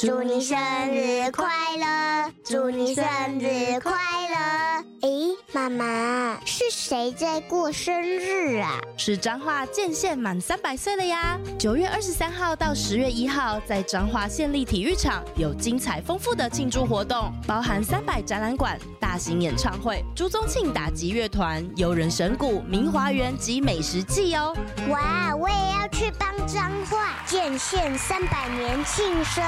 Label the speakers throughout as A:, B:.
A: 祝你生日快乐！祝你生日快乐！
B: 咦，哎妈妈，是谁在过生日啊？
C: 是彰化建县满三百岁了呀！九月二十三号到十月一号，在彰化县立体育场有精彩丰富的庆祝活动，包含三百展览馆、大型演唱会、朱宗庆打击乐团、游人神谷、明华园及美食季哦！
B: 哇，我也要去帮彰化建县三百年庆生。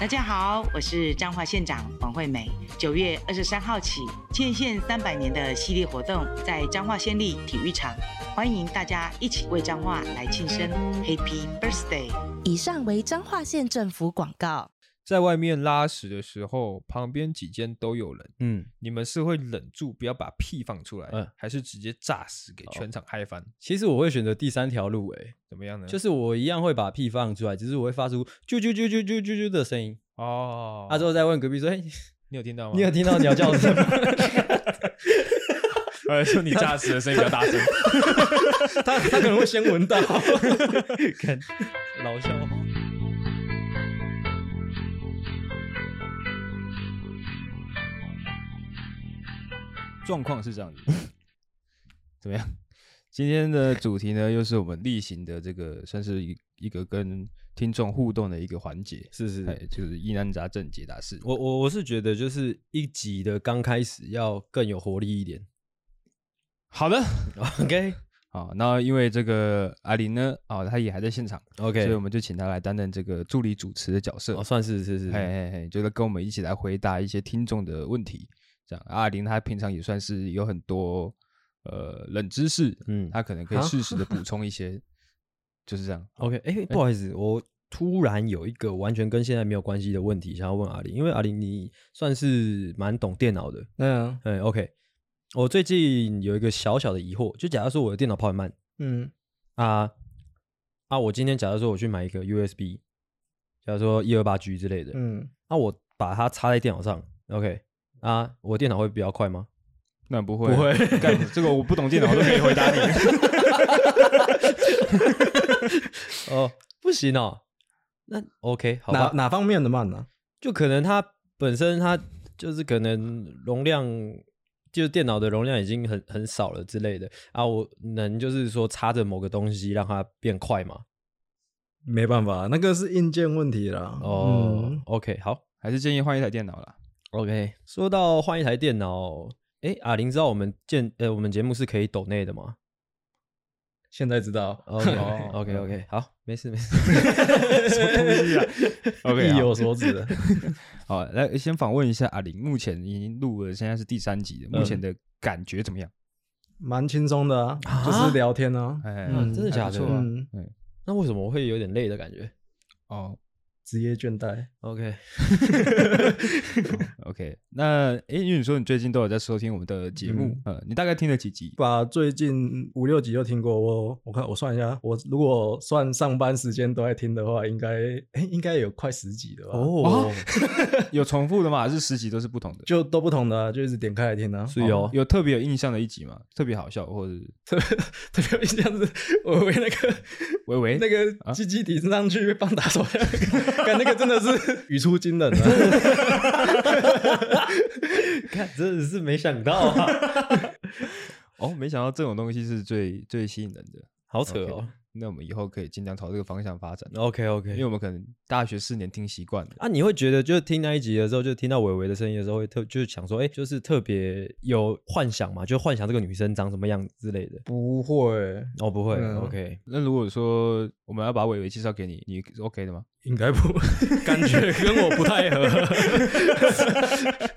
D: 大家好，我是彰化县长黄惠美。九月二十三号起，建县三百年的系列活动在彰化县立体育场，欢迎大家一起为彰化来庆生，Happy Birthday！
C: 以上为彰化县政府广告。
E: 在外面拉屎的时候，旁边几间都有人，
F: 嗯，
E: 你们是会忍住不要把屁放出来，
F: 嗯
E: 还是直接炸死给全场嗨翻？
F: 其实我会选择第三条路、欸，
E: 怎么样呢？
F: 就是我一样会把屁放出来，只是我会发出啾啾啾啾啾啾啾的声音。
E: 哦，
F: 啊，之后再问隔壁说，哎、
E: 你有听到吗？
F: 你有听到鸟叫声吗？
G: 呃，说你驾驶的声音比较大声。
F: 他他可能会先 闻到，看老笑话。
E: 状况是这样子，怎么样？ 今天的主题呢，又是我们例行的这个，算是一一个跟听众互动的一个环节，
F: 是是
E: 哎，就是疑难杂症解答式。
F: 我我我是觉得，就是一集的刚开始要更有活力 一点。
E: 好的，
F: OK
E: 好，那因为这个阿林呢，哦，他也还在现场所以
F: OK，
E: 我们就请他来担任这个助理主持的角色
F: 哦，，算是是是，
E: 嘿嘿嘿，就是跟我们一起来回答一些听众的问题。这样，阿林他平常也算是有很多呃冷知识，
F: 嗯
E: 他可能可以
F: 啊
E: 适时的补充一些，就是这样。
F: OK，哎、不好意思，我突然有一个完全跟现在没有关系的问题想要问阿林，因为阿林你算是蛮懂电脑的，
G: 嗯
F: 嗯，OK，我最近有一个小小的疑惑，就假如说我的电脑跑很慢
G: 嗯，
F: 啊啊，我今天假如说我去买一个 USB，假如说一二八 G 之类的，
G: 嗯，
F: 那、我把它插在电脑上，OK，啊，我电脑会比较快吗？
E: 那不会不会，干这个我不懂电脑，我都可以回 答你。
F: 哦，不行哦，那 OK，好
G: 哪
F: 吧，
G: 哪方面的慢呢？
F: 就可能它本身它就是可能容量，就是电脑的容量已经很很少了之类的啊，我能就是说插着某个东西让它变快吗？
G: 没办法，那个是硬件问题啦。
F: 哦、
G: 嗯
F: o k 好
E: 还是建议换一台电脑啦。
F: ，OK。说到换一台电脑，哎，阿玲知道我们建呃我们节目是可以抖内的吗
G: 现在知道，
F: ？OK OK OK，好，没事没事，
E: 啊 OK，
F: 意
E: 好
F: 有所指的，
E: 好，来先访问一下阿林，目前已经录了，现在是第三集了，目前的感觉怎么样？
G: 蛮轻松的啊，就是聊天啊。
E: 哎，
G: 嗯
F: 真的假
E: 还
F: 的
E: 不错啊
G: 嗯，
F: 那为什么我会有点累的感觉
E: 哦
G: 职业倦怠，
F: ？OK，
E: ，OK，那哎，因为你说你最近都有在收听我们的节目，
F: 嗯
E: 呃，你大概听了几集？
G: 把最近五六集都听过。我我看我算一下，我如果算上班时间都在听的话，应该诶应该有快十集的吧。
F: 哦，
E: 有重复的吗？还是十集都是不同的？哦
G: 就都不同的啊、就一直点开来听啊。
F: 是有
E: 有特别有印象的一集吗？特别好笑，或者是
G: 特别有印象是，我为那个
E: 喂喂，
G: 那
E: 啊
G: 个鸡鸡提升上去被棒打手枪， 看那个真的是语出惊人啊！
F: 看真的是没想到啊，
E: 哦，没想到这种东西是最最吸引人的。
F: 好扯哦
E: OK，。那我们以后可以尽量朝这个方向发展，
F: OK OK，
E: 因为我们可能大学四年听习惯了。
F: 啊，你会觉得就是听那一集的时候，就听到伟伟的声音的时候，会特就是想说，哎、就是特别有幻想嘛，就幻想这个女生长什么样子之类的。
G: 不会，
F: 哦，不会、
G: 嗯
F: o k
E: 那如果说我们要把伟伟介绍给你，你是 OK 的吗？
G: 应该不，感觉跟我不 太合，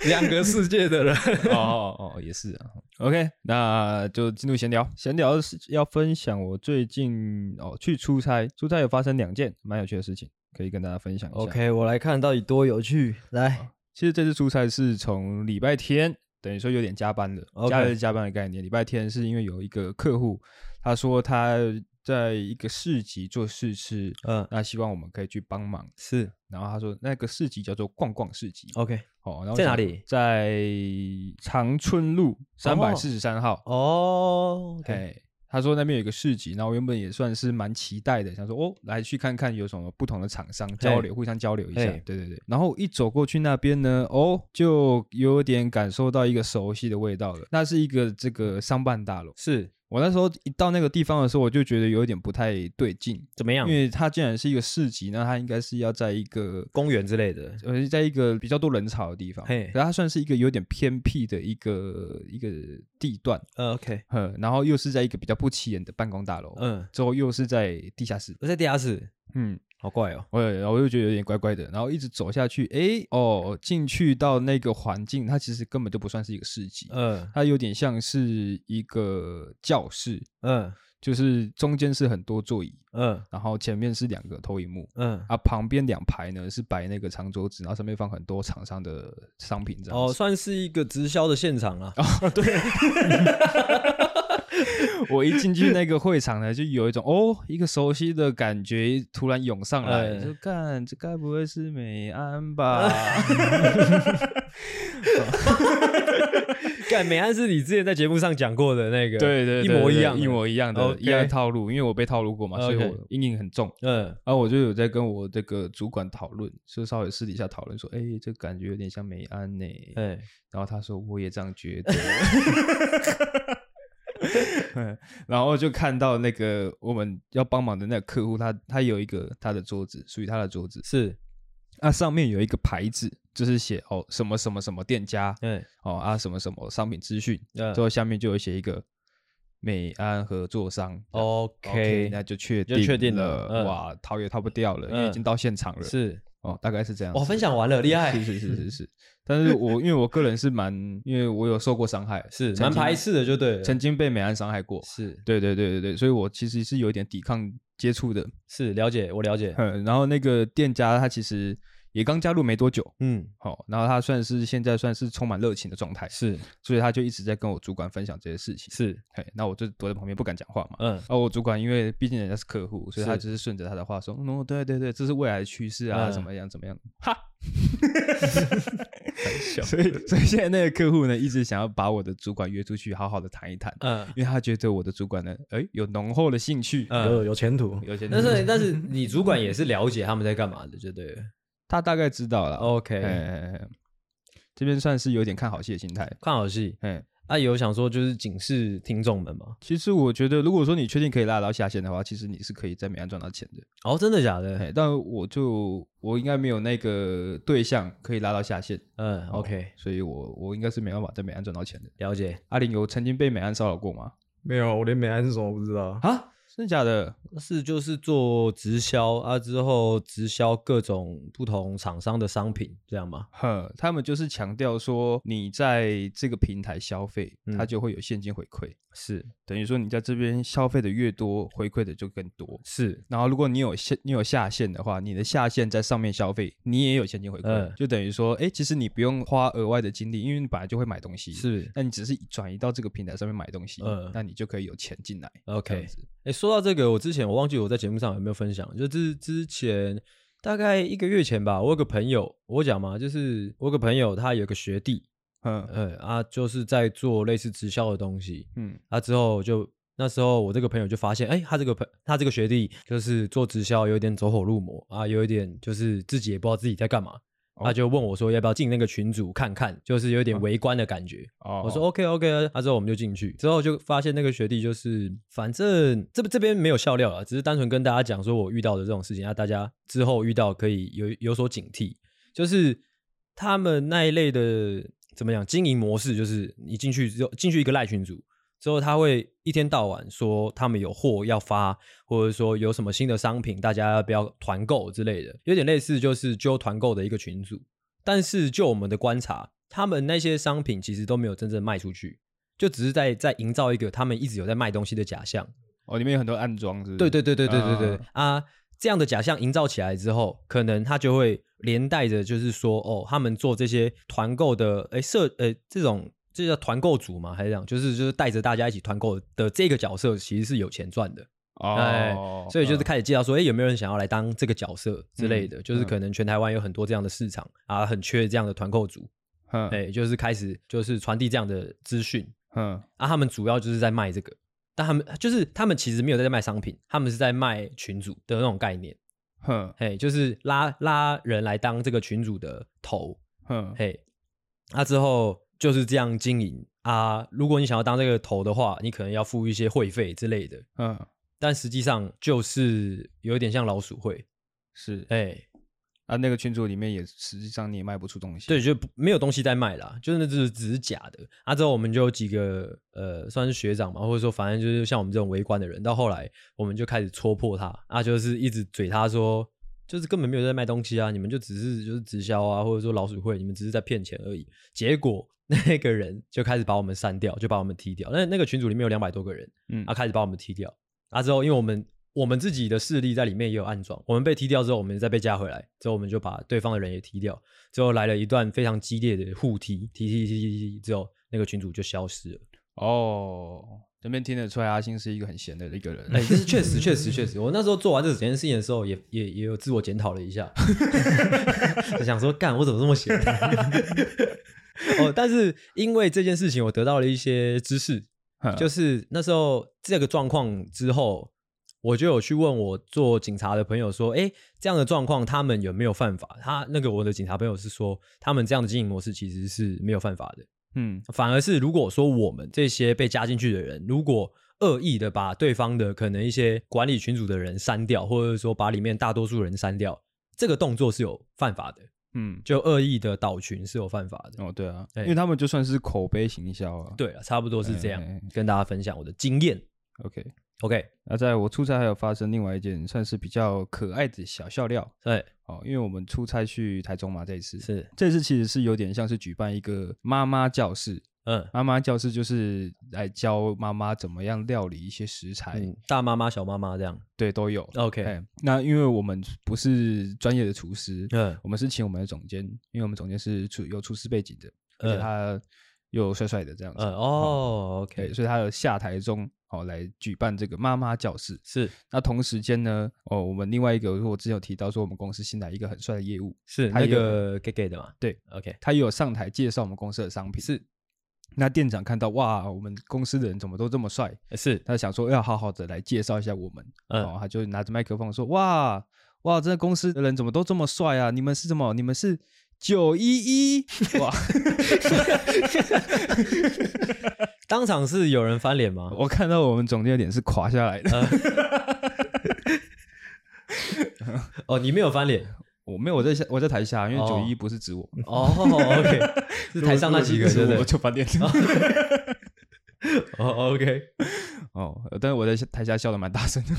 G: 两个世界的人。
E: 哦 哦哦，也是啊。OK，那就进入闲聊。闲聊是要分享我最近哦去出差，出差有发生两件蛮有趣的事情，可以跟大家分享一下。
F: OK，我来看到底多有趣。来，
E: 其实这次出差是从礼拜天，等于说有点加班了
F: OK
E: 假日加班的概念。礼拜天是因为有一个客户，他说他在一个市集做试吃，
F: 嗯，
E: 那希望我们可以去帮忙。
F: 是
E: 然后他说那个市集叫做逛逛市集，
F: OK。
E: 哦，然后
F: 在
E: 想
F: 哪里
E: 在长春路三百四十三号。
F: 哦，OK、o k
E: 哎，他说那边有一个市集，然后我原本也算是蛮期待的，想说哦，来去看看有什么不同的厂商交流，互相交流一下。
F: 嘿
E: 对对对。然后一走过去那边呢，哦，就有点感受到一个熟悉的味道了。那是一个这个商办大楼。
F: 是
E: 我那时候一到那个地方的时候，我就觉得有一点不太对劲，
F: 怎么样
E: 因？为它既然是一个市集，那它应该是要在一个
F: 公园之类的，
E: 呃，在一个比较多人潮的地方，
F: 嘿
E: 可它算是一个有点偏僻的一个一个地段，
F: 呃，OK，
E: 呃，然后又是在一个比较不起眼的办公大楼，
F: 嗯，
E: 之后又是在地下室，
F: 我在地下室，
E: 嗯，
F: 好怪哦，
E: 我也我又觉得有点怪怪的，然后一直走下去，诶，哦，进去到那个环境，它其实根本就不算是一个市集，
F: 嗯
E: 它有点像是一个教室，
F: 嗯
E: 就是中间是很多座椅，
F: 嗯
E: 然后前面是两个投影幕。
F: 嗯，
E: 啊，旁边两排呢是摆那个长桌子，然后上面放很多厂商的商品这样
F: 哦，
E: 子
F: 算是一个直销的现场啊，
E: 我一进去那个会场呢，就有一种哦，一个熟悉的感觉突然涌上来，
F: 哎
E: 就看这该不会是美安 吧？
F: 干美安是你之前在节目上讲过的那个，
E: 对对，对
F: 一模一样，
E: 对一模一样的，
F: OK
E: 一样的套路，因为我被套路过嘛，所以
F: OK
E: 我阴影很重。
F: 嗯，
E: 然后我就有在跟我这个主管讨论，就稍微私底下讨论说，哎，这感觉有点像美安呢。
F: 哎，
E: 然后他说我也这样觉 得。嗯然后就看到那个我们要帮忙的那个客户，他他有一个他的桌子，属于他的桌子，
F: 是，
E: 啊，上面有一个牌子，就是写哦什么什么什么店家
F: 哎，
E: 哦啊什么什么商品资讯，
F: 嗯
E: 最后下面就有写一个美安合作商。
F: OK，
E: 那就确
F: 就
E: 定
F: 确定
E: 了，
F: 了嗯
E: 哇，逃也逃不掉了，因为已
F: 嗯
E: 经到现场了，
F: 是，
E: 哦，大概是这样子。
F: 我分享完了，厉害，
E: 是是是是 是，但是我因为我个人是蛮，因为我有受过伤害，
F: 是
E: 曾
F: 蛮
E: 经
F: 排斥的，就对了，
E: 曾经被美安伤害过，
F: 是
E: 对对对对对，所以我其实是有一点抵抗接触的。
F: 是了解，我了解，
E: 嗯， 然后那个店家他其实也刚加入没多久，
F: 嗯，
E: 好、然后他算是现在算是充满热情的状态，
F: 是
E: 所以他就一直在跟我主管分享这些事情。
F: 是，
E: 嘿，那我就躲在旁边不敢讲话嘛。
F: 嗯，
E: 啊，我主管因为毕竟人家是客户，所以他
F: 是
E: 只是顺着他的话说，嗯，对对对，这是未来的趋势啊，
F: 嗯
E: 怎么样怎么样， 哈，所以所以现在那个客户呢，一直想要把我的主管约出去，好好的谈一谈，
F: 嗯。
E: 因为他觉得我的主管呢，哎，有浓厚的兴趣，
F: 嗯，
G: 有有前途，
E: 有些
F: 但是 但是你主管也是了解他们在干嘛的，就对了。
E: 他大概知道了
F: 哦 OK
E: 哎哎哎哎这边算是有点看好戏的心态，
F: 看好戏
E: 哎。
F: 啊，有想说就是警示听众们嘛？
E: 其实我觉得，如果说你确定可以拉到下线的话，其实你是可以在美安赚到钱的。
F: 哦，真的假的？
E: 哎，但我就我应该没有那个对象可以拉到下线
F: 嗯，OK，
E: 所以我我应该是没办法在美安赚到钱的。
F: 了解
E: 阿玲有曾经被美安骚扰过吗？
G: 没有，我连美安是什么不知道。
F: 啊。
E: 真的假的？
F: 是就是做直销啊，之后直销各种不同厂商的商品，这样吗？
E: 呵，他们就是强调说，你在这个平台消费，
F: 嗯
E: 它就会有现金回馈，
F: 是
E: 等于说你在这边消费的越多，回馈的就更多。
F: 是，
E: 然后，如果你有线，你有下线的话，你的下线在上面消费，你也有现金回馈，
F: 嗯
E: 就等于说，哎，其实你不用花额外的精力，因为你本来就会买东西，
F: 是
E: 那你只是转移到这个平台上面买东西，
F: 嗯
E: 那你就可以有钱进来。这
F: OK
E: 样子
F: 哎、说到这个，我之前我忘记我在节目上有没有分享，就之之前大概一个月前吧，我有个朋友，我讲嘛，就是我有个朋友，他有个学弟，
E: 嗯
F: 呃、啊，就是在做类似直销的东西，
E: 嗯
F: 啊，之后就那时候我这个朋友就发现，哎、他这个朋他这个学弟就是做直销有一点走火入魔啊，有一点就是自己也不知道自己在干嘛，他就问我说要不要进那个群组看看，就是有点围观的感觉。
E: 哦
F: 我说 OK OK，那、啊之后我们就进去，之后就发现那个学弟就是，反正这这边没有笑料了，只是单纯跟大家讲说我遇到的这种事情，那、啊大家之后遇到可以有有所警惕。就是他们那一类的怎么讲经营模式，就是你进去之后进去一个赖群组之后，他会一天到晚说他们有货要发，或者说有什么新的商品，大家要不要团购之类的，有点类似就是揪团购的一个群组。但是就我们的观察，他们那些商品其实都没有真正卖出去，就只是在在营造一个他们一直有在卖东西的假象。
E: 哦，里面有很多暗装，是不是？
F: 对对对对对对对
E: 啊
F: 啊！这样的假象营造起来之后，可能他就会连带着就是说，哦，他们做这些团购的，哎社，哎这种这叫团购组吗？还是这样？就是就是带着大家一起团购的这个角色，其实是有钱赚的。
E: 哦嗯
F: 哎，，所以就是开始介绍说，哎、有没有人想要来当这个角色之类的？
E: 嗯
F: 就是可能全台湾有很多这样的市场啊，很缺这样的团购组，
E: 嗯
F: 哎、就是开始就是传递这样的资讯
E: 嗯
F: 啊，他们主要就是在卖这个。但他们就是他们其实没有在卖商品，他们是在卖群主的那种概念，
E: 哼
F: 嘿，就是拉拉人来当这个群主的头，
E: 哼，
F: 嘿，那、之后就是这样经营啊。如果你想要当这个头的话，你可能要付一些会费之类的，
E: 嗯，
F: 但实际上就是有一点像老鼠会，
E: 是
F: 哎、
E: 啊，那个群组里面也实际上你也卖不出东西，
F: 对，，就不没有东西在卖啦，就是那只只是假的。啊，之后我们就有几个呃，算是学长嘛，或者说反正就是像我们这种围观的人，到后来我们就开始戳破他，啊，就是一直嘴他说，就是根本没有在卖东西啊，你们就只是就是直销啊，或者说老鼠会，你们只是在骗钱而已。结果 那个人就开始把我们删掉，就把我们踢掉。那那个群组里面有两百多个人，
E: 嗯
F: 啊，开始把我们踢掉。啊，之后因为我们我们自己的势力在里面也有暗装，我们被踢掉之后，我们再被加回来，之后我们就把对方的人也踢掉，之后来了一段非常激烈的互踢，踢踢踢踢踢之后，那个群主就消失了。
E: 哦，这边听得出来阿星是一个很闲的一个人，
F: 哎、这是确实，确实，确实，我那时候做完这整件事情的时候也，也也有自我检讨了一下， 就想说，干，我怎么这么闲？啊 哦，但是因为这件事情，我得到了一些知识，
E: 哼
F: 就是那时候这个状况之后，我就有去问我做警察的朋友说，哎，这样的状况他们有没有犯法？他那个我的警察朋友是说，他们这样的经营模式其实是没有犯法的，
E: 嗯
F: 反而是如果说我们这些被加进去的人，如果恶意的把对方的可能一些管理群组的人删掉，或者说把里面大多数人删掉，这个动作是有犯法的，
E: 嗯，
F: 就恶意的倒群是有犯法的。
E: 哦对啊，
F: 哎
E: 因为他们就算是口碑行销啊，
F: 对了，差不多是这样
E: 哎哎哎，
F: 跟大家分享我的经验。
E: ，OK。
F: OK，
E: 那在我出差还有发生另外一件算是比较可爱的小笑料
F: 对，
E: 哦，因为我们出差去台中嘛，这一次
F: 是，
E: 这次其实是有点像是举办一个妈妈教室，
F: 嗯。
E: 妈妈教室就是来教妈妈怎么样料理一些食材，
F: 嗯，大妈妈、小妈妈这样。
E: 对，都有。
F: OK，、
E: 哎那因为我们不是专业的厨师，
F: 嗯
E: 我们是请我们的总监，因为我们总监是厨有厨师背景的，而且
F: 嗯
E: 他又帅帅的这样子。
F: 嗯哦，OK，
E: 对，所以他有下台中哦来举办这个妈妈教室。
F: 是
E: 那同时间呢，哦，我们另外一个，我之前有提到说，我们公司新来一个很帅的业务，
F: 是
E: 他
F: 那
E: 也有
F: 个 gay gay 的嘛？
E: 对
F: ，OK，
E: 他也有上台介绍我们公司的商品。是，那店长看到哇，我们公司的人怎么都这么帅，
F: 是
E: 他想说要好好的来介绍一下我们，
F: 嗯
E: 哦，他就拿着麦克风说：“哇哇，这公司的人怎么都这么帅啊？你们是什么？你们是九一一？哇，
F: 当场是有人翻脸吗？
E: 我看到我们总监的脸是垮下来
F: 嗯
E: 的，
F: 哦，你没有 翻脸
E: 我没有，我在下，我在台下，因为九
F: 哦
E: 一一不是指我，
F: 哦，OK，是 台上那几个，
E: 如果如
F: 对不
E: 果是指我
F: 对？
E: 就翻脸了。
F: 哦
E: 哦，但是我在台下笑的蛮大声的，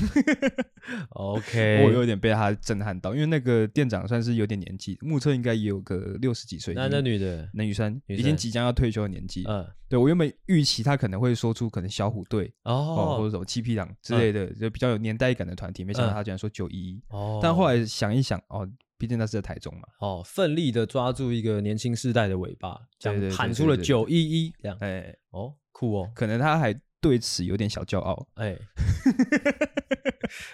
F: 哦 ，OK，OK，
E: 我有点被他震撼到，因为那个店长算是有点年纪，目测应该也有个六十几岁，
F: 那那女的，
E: 那女生
F: 女
E: 已经
F: 生
E: 即将要退休的年纪。
F: 嗯，
E: 对我原本预期他可能会说出可能小虎队。哦，嗯或者
F: 哦，
E: 什么七匹狼之类的，就比较有年代感的团体。没想到
F: 嗯
E: 他竟然说九一一，
F: 哦，
E: 但后来想一想，哦，毕竟那是在台中嘛，
F: 哦，奋力的抓住一个年轻世代的尾巴，这
E: 对对
F: 样
E: 对
F: 喊
E: 对
F: 出了
E: 对
F: 九一一，这样，
E: 哎，
F: 哦，酷哦，
E: 可能他还对此有点小骄傲。
F: 哎，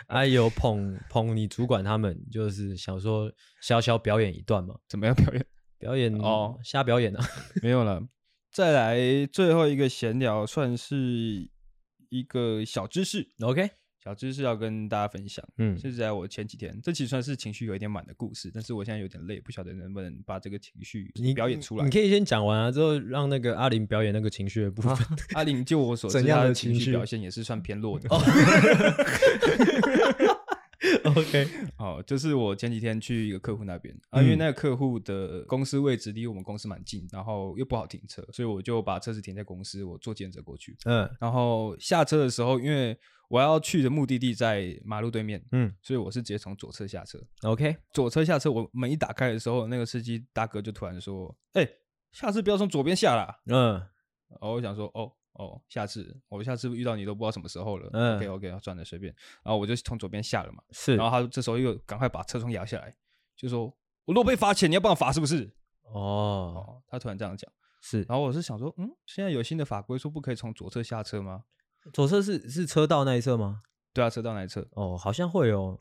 F: 哎呦，捧捧你主管他们，就是想说小小表演一段嘛，
E: 怎么样表演？
F: 表演
E: 哦
F: 瞎表演啊，
E: 没有了。再来最后一个闲聊，算是一个小知识。
F: OK
E: 小知识要跟大家分享，
F: 嗯
E: 是在我前几天，这其实算是情绪有一点满的故事，但是我现在有点累，不晓得能不能把这个情绪表演出来
F: 你。可以先讲完啊，之后让那个阿林表演那个情绪的部分。
E: 阿玲，就我所知，
G: 怎样
E: 她
G: 的
E: 的情
G: 情
E: 绪
G: 绪哦
E: 表现也是算偏 弱的。
F: OK，
E: 哦，就是我前几天去一个客户那边啊，因为
F: 嗯
E: 那个客户的公司位置离我们公司蛮近，然后又不好停车，所以我就把车子停在公司，我坐电车过去。
F: 嗯
E: 然后下车的时候，因为我要去的目的地在马路对面，
F: 嗯
E: 所以我是直接从左侧下车。
F: ，OK，
E: 左车下车，我门一打开的时候，那个司机大哥就突然说：“哎、下次不要从左边下啦。
F: 嗯，”
E: 然后我想说：“哦哦，下次我下次遇到你都不知道什么时候了。
F: 嗯
E: OK OK，算了，随便。然后我就从左边下了嘛。
F: 是
E: 然后他这时候又赶快把车窗摇下来，就说：“我如果被罚钱，你要帮我罚是不是？”
F: 哦，
E: 哦，他突然这样讲，
F: 是
E: 然后我是想说，嗯，现在有新的法规说不可以从左侧下车吗？
F: 左侧是是车道那一侧吗？
E: 对啊，车道哪一侧？
F: 哦，好像会哦。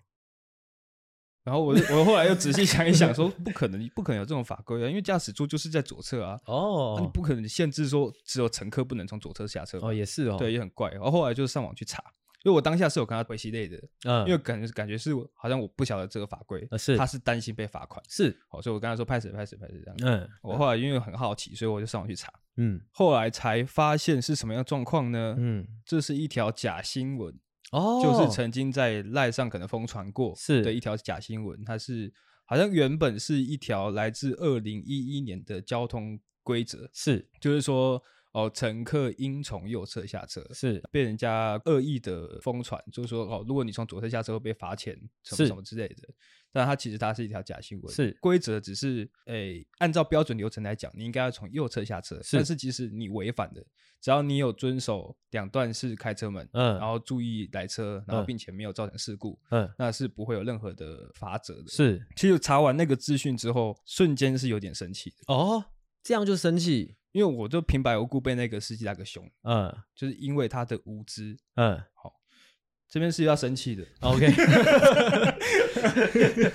E: 然后我就我后来又仔细想一想，说不可能，不可能有这种法规啊，因为驾驶座就是在左侧啊，那你
F: 哦
E: 不可能限制说只有乘客不能从左侧下车吧
F: 哦，也是哦，
E: 对，，也很怪。然后后来就上网去查，因为我当下是有跟他回息类的，
F: 嗯，
E: 因为感觉感觉是我好像我不晓得这个法规
F: 呃，是
E: 他是担心被罚款，
F: 是，
E: 哦，所以我跟他说拍谁拍谁拍谁这样。
F: 嗯
E: 我后来因为很好奇，所以我就上网去查，
F: 嗯
E: 后来才发现是什么样的状况呢？
F: 嗯，
E: 这是一条假新闻，
F: 哦，
E: 就是曾经在赖上可能疯传过
F: 是
E: 的一条假新闻，它是好像原本是一条来自二零一一年的交通规则，
F: 是
E: 就是说哦，乘客应从右侧下车，
F: 是
E: 被人家恶意的疯传，就是说哦，如果你从左侧下车会被罚钱，什
F: 是
E: 么什么之类的。但它其实它是一条假新闻，
F: 是
E: 规则只是诶、按照标准流程来讲，你应该要从右侧下车，
F: 是
E: 但是其实你违反的，只要你有遵守两段式开车门，
F: 嗯
E: 然后注意来车，然后
F: 嗯
E: 并且没有造成事故，
F: 嗯
E: 那是不会有任何的罚则的。，
F: 是
E: 其实查完那个资讯之后，瞬间是有点生气的，
F: 哦，这样就生气，
E: 因为我就平白无故被那个司机大哥凶，
F: 嗯
E: 就是因为他的无知，
F: 嗯
E: 这边是要生气的。
F: ，OK
E: 对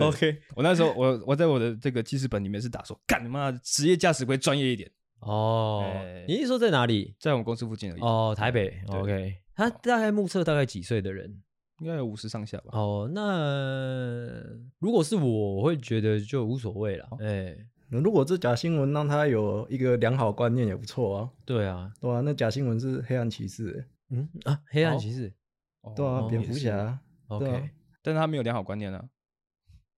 F: OK，
E: 我那时候我我在我的这个记事本里面是打说，干你妈的职业驾驶会专业一点，
F: 哦
E: 哎，
F: 你是说在哪里？
E: 在我们公司附近而已，
F: 哦，台北
E: 对
F: ，OK，他大概目测大概几岁的人？
E: 应该有五十上下吧。
F: 哦，那如果是我，我会觉得就无所谓了。哎、
G: 如果这假新闻让他有一个良好观念也不错啊，
F: 对啊，
G: 对啊，那假新闻是黑暗骑士，欸
F: 嗯啊，黑暗
E: 好
F: 骑士
E: 哦
G: 对啊，
F: 哦
G: 蝙蝠
E: 也是
G: 侠，
F: ，OK，
G: 对啊
E: 但是他没有良好观念啊。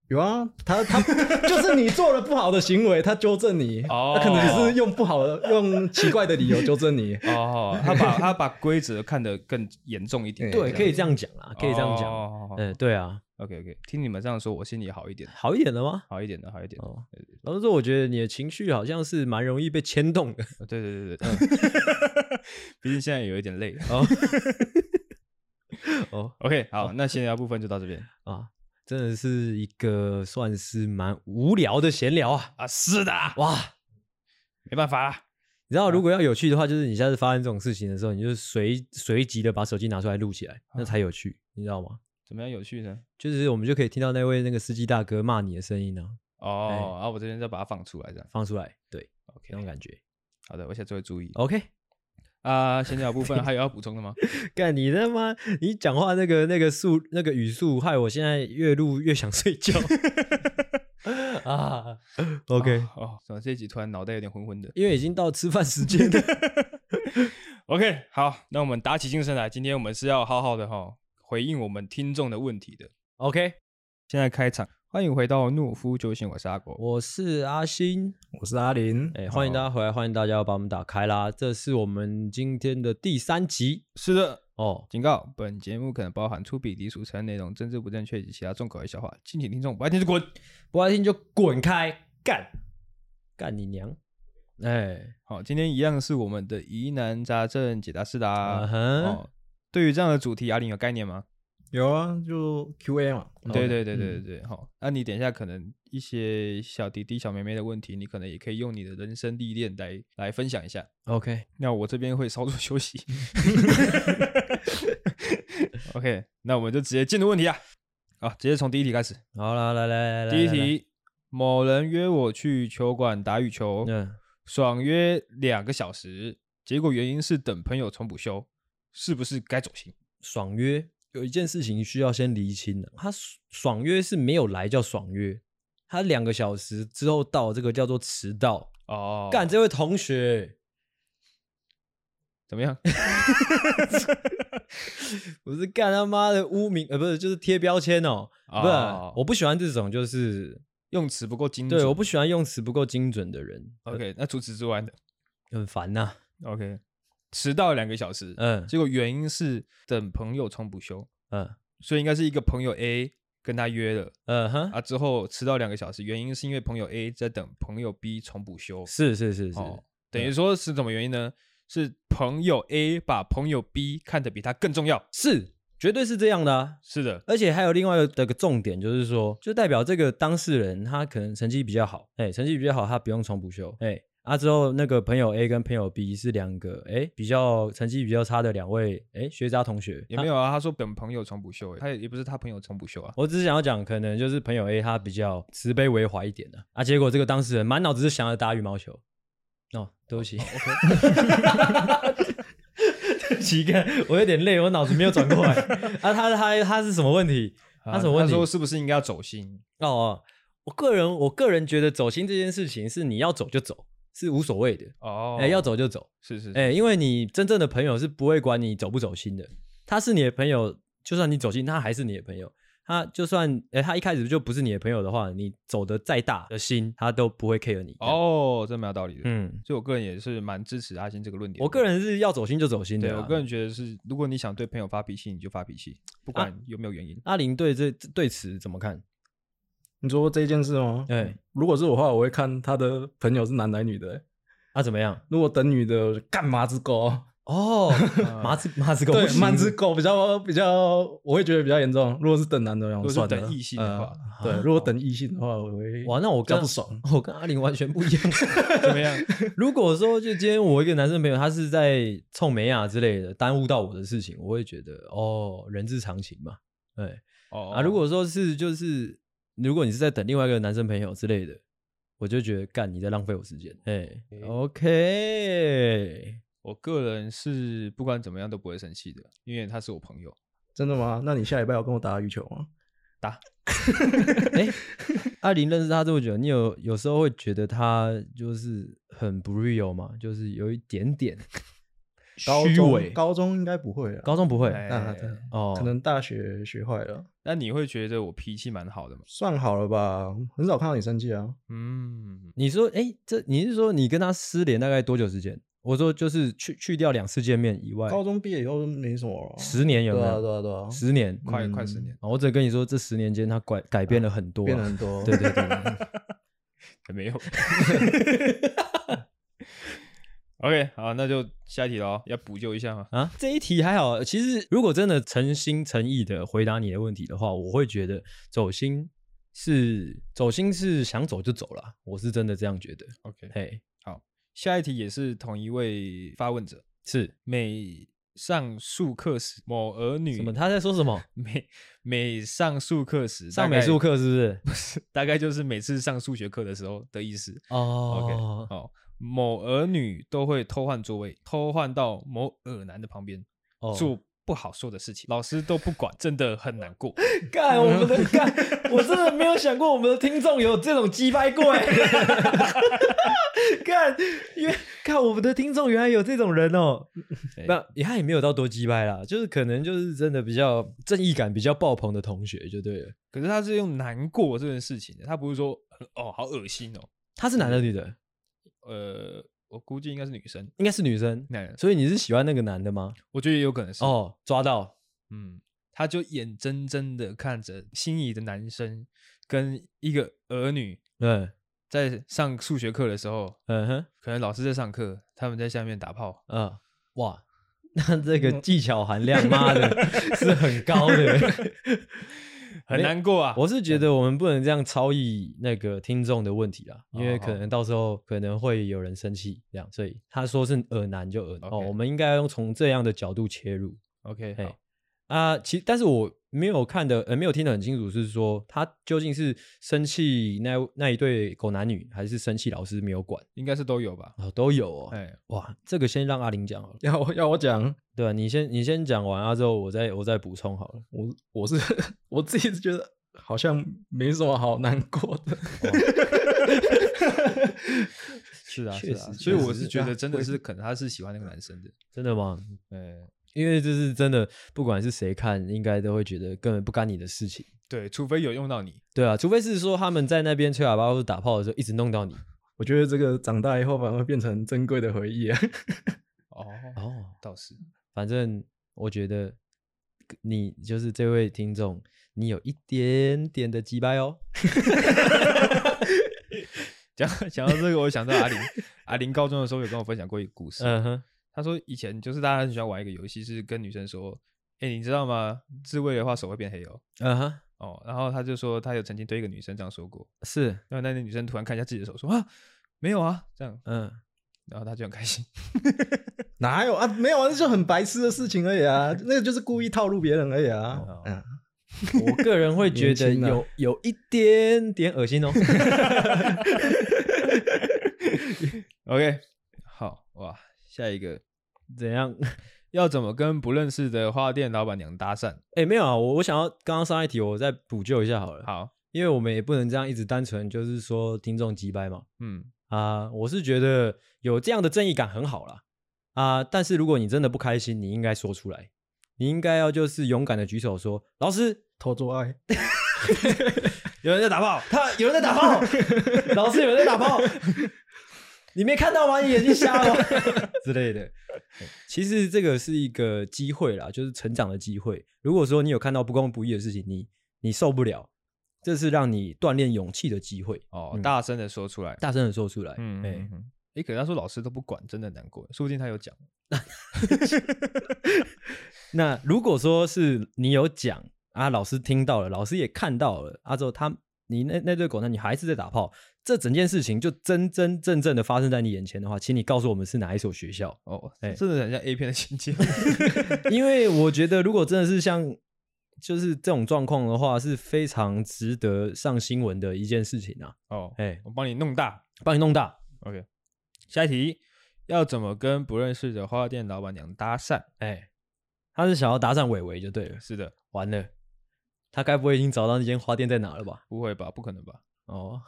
G: 有啊，他他就是你做了不好的行为，他纠正你，
E: 哦
G: 他可能是用不好的、用奇怪的理由纠正你。
E: 哦，他 把他把规则看得更严重一点，
F: 对，可以这
E: 样，
F: 样讲啦，可以这样讲。
E: 哦
F: 嗯，对啊，
E: OK OK，听你们这样说，我心里好一点，
F: 好一点了吗？
E: 好一点的，好一点的。
F: 哦，老实说，我觉得你的情绪好像是蛮容易被牵动 的。
E: 呃对对对对，嗯毕竟现在有一点累。
F: 哦哦
E: OK，好，那闲聊部分就到这边
F: 啊，真的是一个算是蛮无聊的闲聊啊！
E: 啊。是的，
F: 哇，
E: 没办法啦。
F: 你知道，如果要有趣的话，就是你下次发生这种事情的时候，你就随随即的把手机拿出来录起来，那才有趣，你知道吗？
E: 怎么样有趣呢？
F: 就是我们就可以听到那位那个司机大哥骂你的声音呢、
E: 哦，
F: 哎
E: 然后、我这边再把它放出来，这样
F: 放出来，对，那种
E: OK。
F: 感觉。
E: 好的，我下次会注意。
F: OK，
E: 啊，闲聊部分还有要补充的吗？
F: 干你他妈！你讲话那个那个速那个语速，害我现在越录越想睡觉 啊。OK，、
E: 哦哦，怎么这一集突然脑袋有点昏昏的
F: 因为已经到吃饭时间了。
E: ？OK，好，那我们打起精神来，今天我们是要好好的哈、回应我们听众的问题的。
F: OK，
E: 现在开场，欢迎回到懦夫救星，我是阿狗。
F: 我是阿星，
G: 我是阿林，
F: 哎、欢迎大家回来，欢迎大家把我们打开啦。这是我们今天的第三集
E: 是的，
F: 哦。
E: 警告：本节目可能包含粗鄙、低俗、成人内容、政治不正确以及其他重口味笑话，敬请听众不爱听就滚。
F: 不爱听就滚开，干干你娘！哎、
E: 好，今天一样是我们的疑难杂症解答式啦。
F: 嗯哼
E: 哦，对于这样的主题，阿林有概念吗？
G: 有啊，就 Q&A 嘛，嗯
E: 对
F: OK，嗯
E: 对对对对对，好、那你等一下可能一些小弟弟、小妹妹的问题，你可能也可以用你的人生历练来来分享一下。
F: OK，
E: 那我这边会稍作休 息。OK，那我们就直接进入问题啊！好，直接从第一题开始。
F: 好了，来来来来，
E: 第一
F: 来，
E: 题，某人约我去球馆打羽球，
F: 来嗯，
E: 爽约两个小时，结果原因是等朋友重补休，是不是该走心？
F: 爽约有一件事情需要先厘清的，他爽爽约是没有来叫爽约，他两个小时之后到，这个叫做迟到。
E: 哦，
F: 干，这位同学，
E: 怎么样？
F: 我是干他妈的污名，呃，不是，就是贴标签哦，不
E: 哦嗯
F: 是，我不喜欢这种，就是
E: 用词不够精准。
F: 对，我不喜欢用词不够精准的人，
E: OK，那除此之外呢？
F: 很烦呐、
E: OK，迟到两个小时，
F: 嗯
E: 结果原因是等朋友冲补休，
F: 嗯
E: 所以应该是一个朋友 A 跟他约了
F: 嗯哼，
E: 啊，之后迟到两个小时，原因是因为朋友 A 在等朋友 B 重补休，
F: 是啊是是是，
E: 哦，等于说是什么原因呢？是朋友 A 把朋友 B 看得比他更重要。
F: 是，绝对是这样的啊。
E: 是的，
F: 而且还有另外的个重点，就是说，就代表这个当事人他可能成绩比较好，哎、成绩比较好，他不用重补休，哎、啊，之后那个朋友 A 跟朋友 B 是两个哎、比较成绩比较差的两位哎、学渣同学，
E: 也没有啊。他说本朋友从不秀、欸，他也也不是他朋友从不秀啊。
F: 我只是想要讲，可能就是朋友 A 他比较慈悲为怀一点的啊结果这个当事人满脑子是想要打羽毛球。哦，对不起， 对不起，看我有点累，我脑子没有转过来。啊，他他他是什么问题？他
E: 啊
F: 什么问
E: 他
F: 题？
E: 说是不是应该要走心？
F: 哦哦，我个人我个人觉得走心这件事情是你要走就走，是无所谓的。哎、
E: 哦，
F: 要走就走。
E: 是是是
F: 哎、因为你真正的朋友是不会管你走不走心的，他是你的朋友，就算你走心，他还是你的朋友。他就算哎、他一开始就不是你的朋友的话，你走的再大的心，他都不会 care 你。，
E: 哦，这蛮有道理的。
F: 嗯，
E: 所以我个人也是蛮支持阿星这个论点的。
F: 我个人是要走心就走心的
E: 对
F: 啊、
E: 我个人觉得是，如果你想对朋友发脾气，你就发脾气，
F: 啊
E: 不管有没有原因。
F: 阿玲对这对此怎么看？
G: 你说这件事吗？
F: 哎、
G: 如果是我的话，我会看他的朋友是男的还是女的、欸。
F: 啊怎么样？
G: 如果等女的，我就干嘛子狗？啊
F: 哦，麻子麻子狗不
G: 对，
F: 行
G: 满只狗比较比较，我会觉得比较严重。如果是等男的，
E: 果
G: 我
E: 是
G: 算了
E: 等异性
F: 嗯
E: 的话
G: 呃对，如果等异性的话，我会
F: 啊哇，那我
G: 比较
F: 跟
G: 不爽。，
F: 我跟阿玲完全不一样。
E: 怎么样？
F: 如果说就今天我一个男生朋友，他是在冲美啊之类的，耽误到我的事情，我会觉得哦，人之常情嘛。对
E: 哦
F: 啊，如果说是就是，如果你是在等另外一个男生朋友之类的，我就觉得干你在浪费我时间。哎，OK，
E: 我个人是不管怎么样都不会生气的，因为他是我朋友。
G: 真的吗？那你下礼拜要跟我打羽球吗？
F: 哎，阿玲认识他这么久，你有有时候会觉得他就是很不 real 嘛，就是有一点点
G: 高
F: 虚
G: 中
F: 伪。
G: 高中应该不会啊。
F: 高中不会
E: 哎
G: 那对
F: 哦，
G: 可能大学学坏了，
E: 那你会觉得我脾气蛮好的吗？
G: 算好了吧，很少看到你生气啊。
E: 嗯，
F: 你说，哎、这你是说你跟他失联大概多久时间？我说就是去去掉两次见面以外，
G: 高中毕业以后没什么啊，
F: 十年有没
G: 对啊
F: 有？
G: 对啊对啊，
F: 十年，
E: 快
G: 嗯
E: 快十年，
F: 哦我只跟你说，这十年间他改改变了很多、啊，
G: 变得很多。
F: 对对对，
E: 还没有。OK，好，那就下一题喽，要补救一下吗？
F: 啊，这一题还好。其实如果真的诚心诚意的回答你的问题的话，我会觉得走心是走心是想走就走了，我是真的这样觉得。
E: OK，
F: 嘿，
E: 下一题也是同一位发问者，
F: 是
E: 每上数课时，某儿女
F: 什么？他在说什 么？
E: 每每上数课时，
F: 上
E: 大概
F: 美术课是不是？
E: 不是，大概就是每次上数学课的时候的意思。
F: 哦
E: OK，好，某儿女都会偷换座位，偷换到某尔男的旁边，
F: 哦
E: 做不好说的事情，老师都不管，真的很难过。
F: 干我们的 干，我真的没有想过我们的听众有这种鸡掰过哎！ 干，原看我们的听众原来有这种人哦。
E: 哎
F: 那也他也没有到多鸡掰啦，就是可能就是真的比较正义感比较爆棚的同学就对了。
E: 可是他是用难过这件事情的，他不是说哦好恶心哦，
F: 他是男的女的？
E: 呃，我估计应该是女生。
F: 应该是女生。
E: 那
F: 所以你是喜欢那个男的吗？
E: 我觉得也有可能是，
F: 哦，抓到
E: 嗯，他就眼睁睁的看着心仪的男生跟一个儿女
F: 嗯
E: 在上数学课的时候，
F: 嗯哼
E: 可能老师在上课，他们在下面打炮，
F: 嗯，哇，那这个技巧含量妈的是很高的。
E: 很难过啊。
F: 我是觉得我们不能这样超意那个听众的问题啦，因为可能到时候可能会有人生气，这样，所以他说是耳男就耳男哦，
E: OK
F: 我们应该用从这样的角度切入
E: OK，
F: 嘿
E: 好，
F: 啊。其但是我没有看的，呃，没有听得很清楚，是说他究竟是生气那那一对狗男女，还是生气老师没有管
E: 应该是都有吧？
F: 哦，都有哦。
E: 哎，
F: 哇，这个先让阿玲讲好了，
G: 要我要我讲，
F: 对啊，你先你先讲完啊，之后我再我再补充好了。
G: 我我是 我自己是觉得好像没什么好难过的。
F: 是 啊，
G: 确
F: 是啊
G: 实，
E: 所以
G: 确
E: 我
G: 实
E: 是
G: 是
E: 觉
G: 啊
E: 得真的
G: 会
E: 是可能他是喜欢那个男生的，
F: 真的吗？
E: 嗯，
F: 因为这是真的，不管是谁看，应该都会觉得根本不干你的事情。
E: 对，除非有用到你，
F: 对啊，除非是说他们在那边吹喇叭或者打炮的时候一直弄到你。
G: 我觉得这个长大以后反而会变成珍贵的回忆啊。
E: 哦，
F: 哦，
E: 倒是
F: 反正我觉得你就是这位听众，你有一点点的鸡掰哦。
E: 讲讲到这个，我想到阿林，阿林高中的时候有跟我分享过一个故事，
F: 嗯哼，
E: 他说以前就是大家很喜欢玩一个游戏，是跟女生说，哎，你知道吗？自慰的话手会变黑哦，
F: 嗯哼，
E: 哦，然后他就说他有曾经对一个女生这样说过，
F: 是
E: 然后那个女生突然看一下自己的手，说啊，没有啊，这样，
F: 嗯，
E: 然后他就很开心。
G: 哪有啊？没有啊，那就很白痴的事情而已啊，那个就是故意套路别人而已啊。
E: 哦
G: 嗯，
F: 我个人会觉得
G: 年轻啊
F: 有有一点点恶 心哦。
E: OK，好哇，下一个
F: 怎样？
E: 要怎么跟不认识的花店老板娘搭讪？
F: 哎、没有啊，我我想要刚刚上一题，我再补救一下好了。，
E: 好，
F: 因为我们也不能这样一直单纯就是说听众击败嘛。
E: 嗯，
F: 啊、我是觉得有这样的正义感很好啦。啊、但是如果你真的不开心，你应该说出来，你应该要就是勇敢的举手说，老师
G: 偷做爱，
F: 有人在打炮，他有人在打 炮，老师有人在打炮， 你没看到吗？你眼睛瞎了吗之类的。哎其实这个是一个机会啦，就是成长的机会。如果说你有看到不公不义的事情，你你受不了，这是让你锻炼勇气的机会。
E: 哦，
F: 嗯
E: 大声的说出来，
F: 大声的说出来，
E: 嗯，
F: 嗯，
E: 哎、
F: 哎、
E: 嗯嗯诶可是他说老师都不管，真的难过，说不定他有讲。，
F: 那如果说是你有讲啊，老师听到了，老师也看到了，啊之后他你那那对狗呢，你还是在打炮，这整件事情就真真正正的发生在你眼前的话，请你告诉我们是哪一所学校
E: 哦，
F: 哎
E: 真的很像 A 片的情 节。
F: 因为我觉得如果真的是像就是这种状况的话，是非常值得上新闻的一件事情啊，
E: 哦，
F: 哎、
E: 我帮你弄大。
F: 帮你弄大，
E: OK，下一题，要怎么跟不认识的花店老板娘搭讪？
F: 哎、他是想要搭讪伟伟就对了，
E: 是的，
F: 完了，他该不会已经找到那间花店在哪了吧？
E: 不会吧？不可能吧？
F: 哦，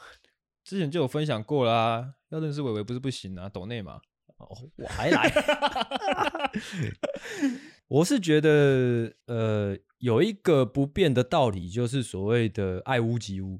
E: 之前就有分享过啦，要认识伟伟不是不行啊，抖内嘛。
F: 哦，我还来。我是觉得，呃，有一个不变的道理，就是所谓的爱屋及乌，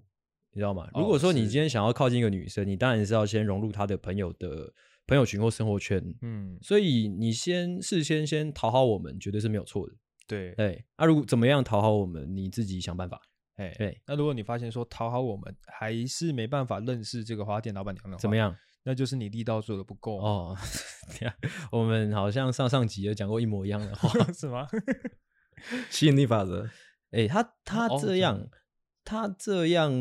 F: 你知道吗？
E: 哦
F: 如果说你
E: 是
F: 今天想要靠近一个女生，你当然是要先融入她的朋友的朋友群或生活圈。
E: 嗯，
F: 所以你先事先先讨好我们，绝对是没有错的。
E: 对，
F: 对，那、如果怎么样讨好我们，你自己想办法。
E: 哎、
F: 对
E: 那如果你发现说讨好我们还是没办法认识这个花店老板娘的话，
F: 怎么？样？
E: 那就是你力道做的不够哦，
F: 哦， 等一下我们好像上上集有讲过一模一样的话。
E: 是 吗？
G: 吸引力法则。
F: 哎、他他
E: 哦这
F: 这
E: 样
F: 样，他这样，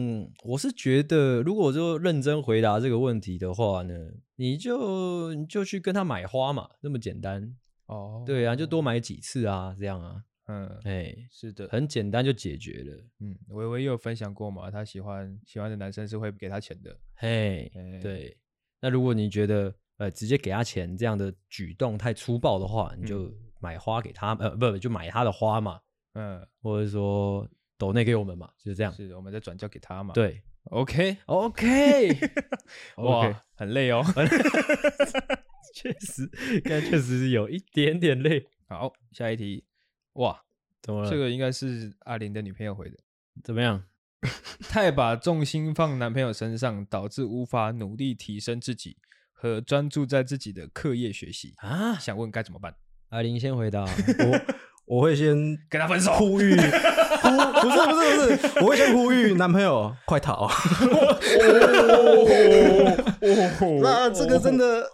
F: 我是觉得，如果就认真回答这个问题的话呢，你就你就去跟他买花嘛，那么简单。
E: 哦，
F: 对啊，就多买几次啊，这样啊，
E: 嗯，
F: 哎、
E: 是的，
F: 很简单就解决了。
E: 嗯，微微也有分享过嘛，她喜欢喜欢的男生是会给她钱的，
F: 嘿，
E: 哎
F: 对。那如果你觉得呃直接给他钱这样的举动太粗暴的话，你就买花给他，呃，不不，就买他的花嘛，
E: 嗯，
F: 或者说抖内给我们嘛，就是这样。
E: 是的，我们再转交给她嘛。
F: 对
E: ，OK，
F: ，OK，
E: 哇，很累 哦。
F: 确实，刚才确实是有一点点累。
E: 好，下一题，哇，
F: 怎么了？
E: 这个应该是阿玲的女朋友回的，
F: 怎么样？
E: 太把重心放男朋友身上，导致无法努力提升自己和专注在自己的课业学习
F: 啊
E: 想问该怎么办？
F: 阿玲先回答。啊
G: 我我会先
E: 跟他分手？
G: 呼吁，呼不是不是不是，我会先呼吁男朋友 快逃。
F: 哦
G: 哦那这个真的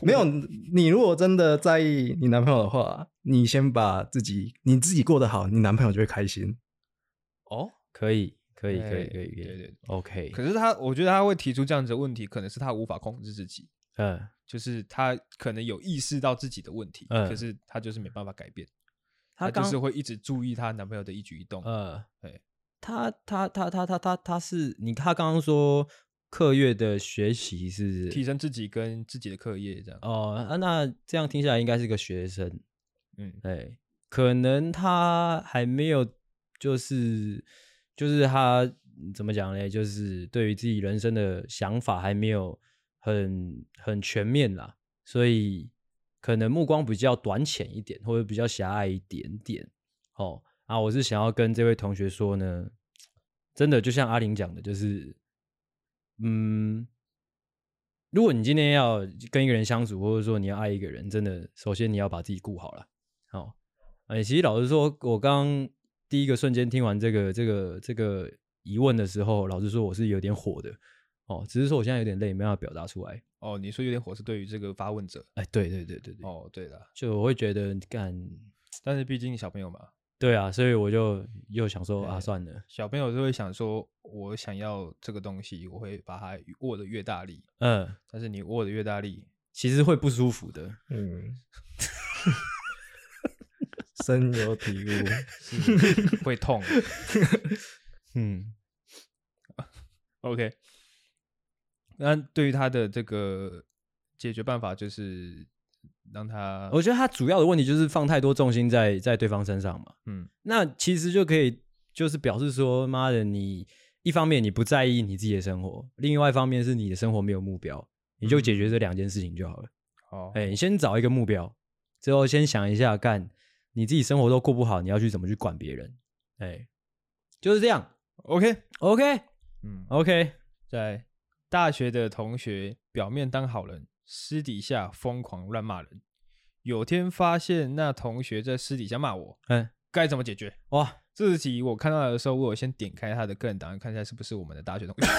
G: 没有，
E: 嗯
G: 你如果真的在意你男朋友的话，你先把自己你自己过得好，你男朋友就会开心。
F: 哦， 可以，可以，
E: 哎
F: 可以，可以，可
E: 对
F: 以，
E: 对对
F: OK，
E: 可是他，我觉得他会提出这样子的问题，可能是他无法控制自己。
F: 嗯，
E: 就是他可能有意识到自己的问题，
F: 嗯
E: 可是他就是没办法改变，
F: 她
E: 就
F: 刚
E: 是会一直注意她男朋友的一举一动。
F: 呃，
E: 对
F: 他他他他他他他是你，他刚刚说课业的学习是
E: 提升自己跟自己的课业这样。
F: 哦、啊，那这样听下来应该是个学生，
E: 嗯，
F: 哎，可能他还没有，就是就是他嗯怎么讲呢？就是对于自己人生的想法还没有很很全面啦，所以可能目光比较短浅一点，或者比较狭隘一点点。哦，啊，我是想要跟这位同学说呢，真的就像阿玲讲的，就是，嗯，如果你今天要跟一个人相处，或者说你要爱一个人，真的，首先你要把自己顾好了。哦，哎、其实老实说，我刚第一个瞬间听完这个这个这个疑问的时候，老实说我是有点火的。哦，只是说我现在有点累，没办法表达出来。
E: 哦，你说有点火是对于这个发问者。
F: 哎，对对对对对，
E: 哦，对了，
F: 就我会觉得干，
E: 但是毕竟小朋友嘛，
F: 对啊，所以我就又想说啊，
E: 对
F: 算了，
E: 小朋友就会想说，我想要这个东西，我会把它握得越大力，
F: 嗯，
E: 但是你握得越大力，
F: 其实会不舒服的。
G: 嗯，深有体悟。
E: 是会痛的。
F: 嗯，
E: OK，那对于他的这个解决办法就是让他，
F: 我觉得他主要的问题就是放太多重心在在对方身上嘛。
E: 嗯，
F: 那其实就可以就是表示说，妈的，你一方面你不在意你自己的生活，另外一方面是你的生活没有目标，你就解决这两件事情就好了。
E: 好，
F: 哎、你先找一个目标，之后先想一下，干你自己生活都过不好，你要去怎么去管别人？哎、就是这样。
E: ，OK，
F: OK
E: 嗯，
F: OK，
E: 在大学的同学表面当好人，私底下疯狂乱骂人。有天发现那同学在私底下骂我，
F: 哎、
E: 该怎么解决？
F: 哇，
E: 这集我看到的时候，我有先点开他的个人档案，看一下是不是我们的大学同 学。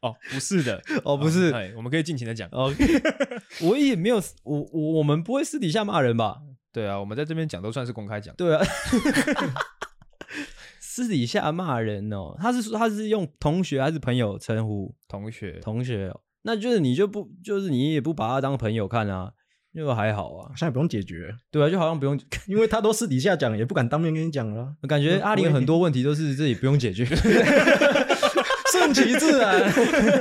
E: 哦，不是的，
F: 哦不是
E: 哎，我们可以尽情的讲。
F: OK，我也没有，我我我们不会私底下骂人吧？
E: 对啊，我们在这边讲都算是公开讲。
F: 对啊， 私底下骂人哦，他是说他是用同学还是朋友称呼
E: 同学，
F: 同学、哦？那就是你就不就是你也不把他当朋友看啊，就还好啊
G: 好，像也不用解决，
F: 对啊，就好像不用， ，
G: 因为他都私底下讲，也不敢当面跟你讲了
F: 感觉阿玲很多问题都是自己不用 解决。
G: 顺其自然。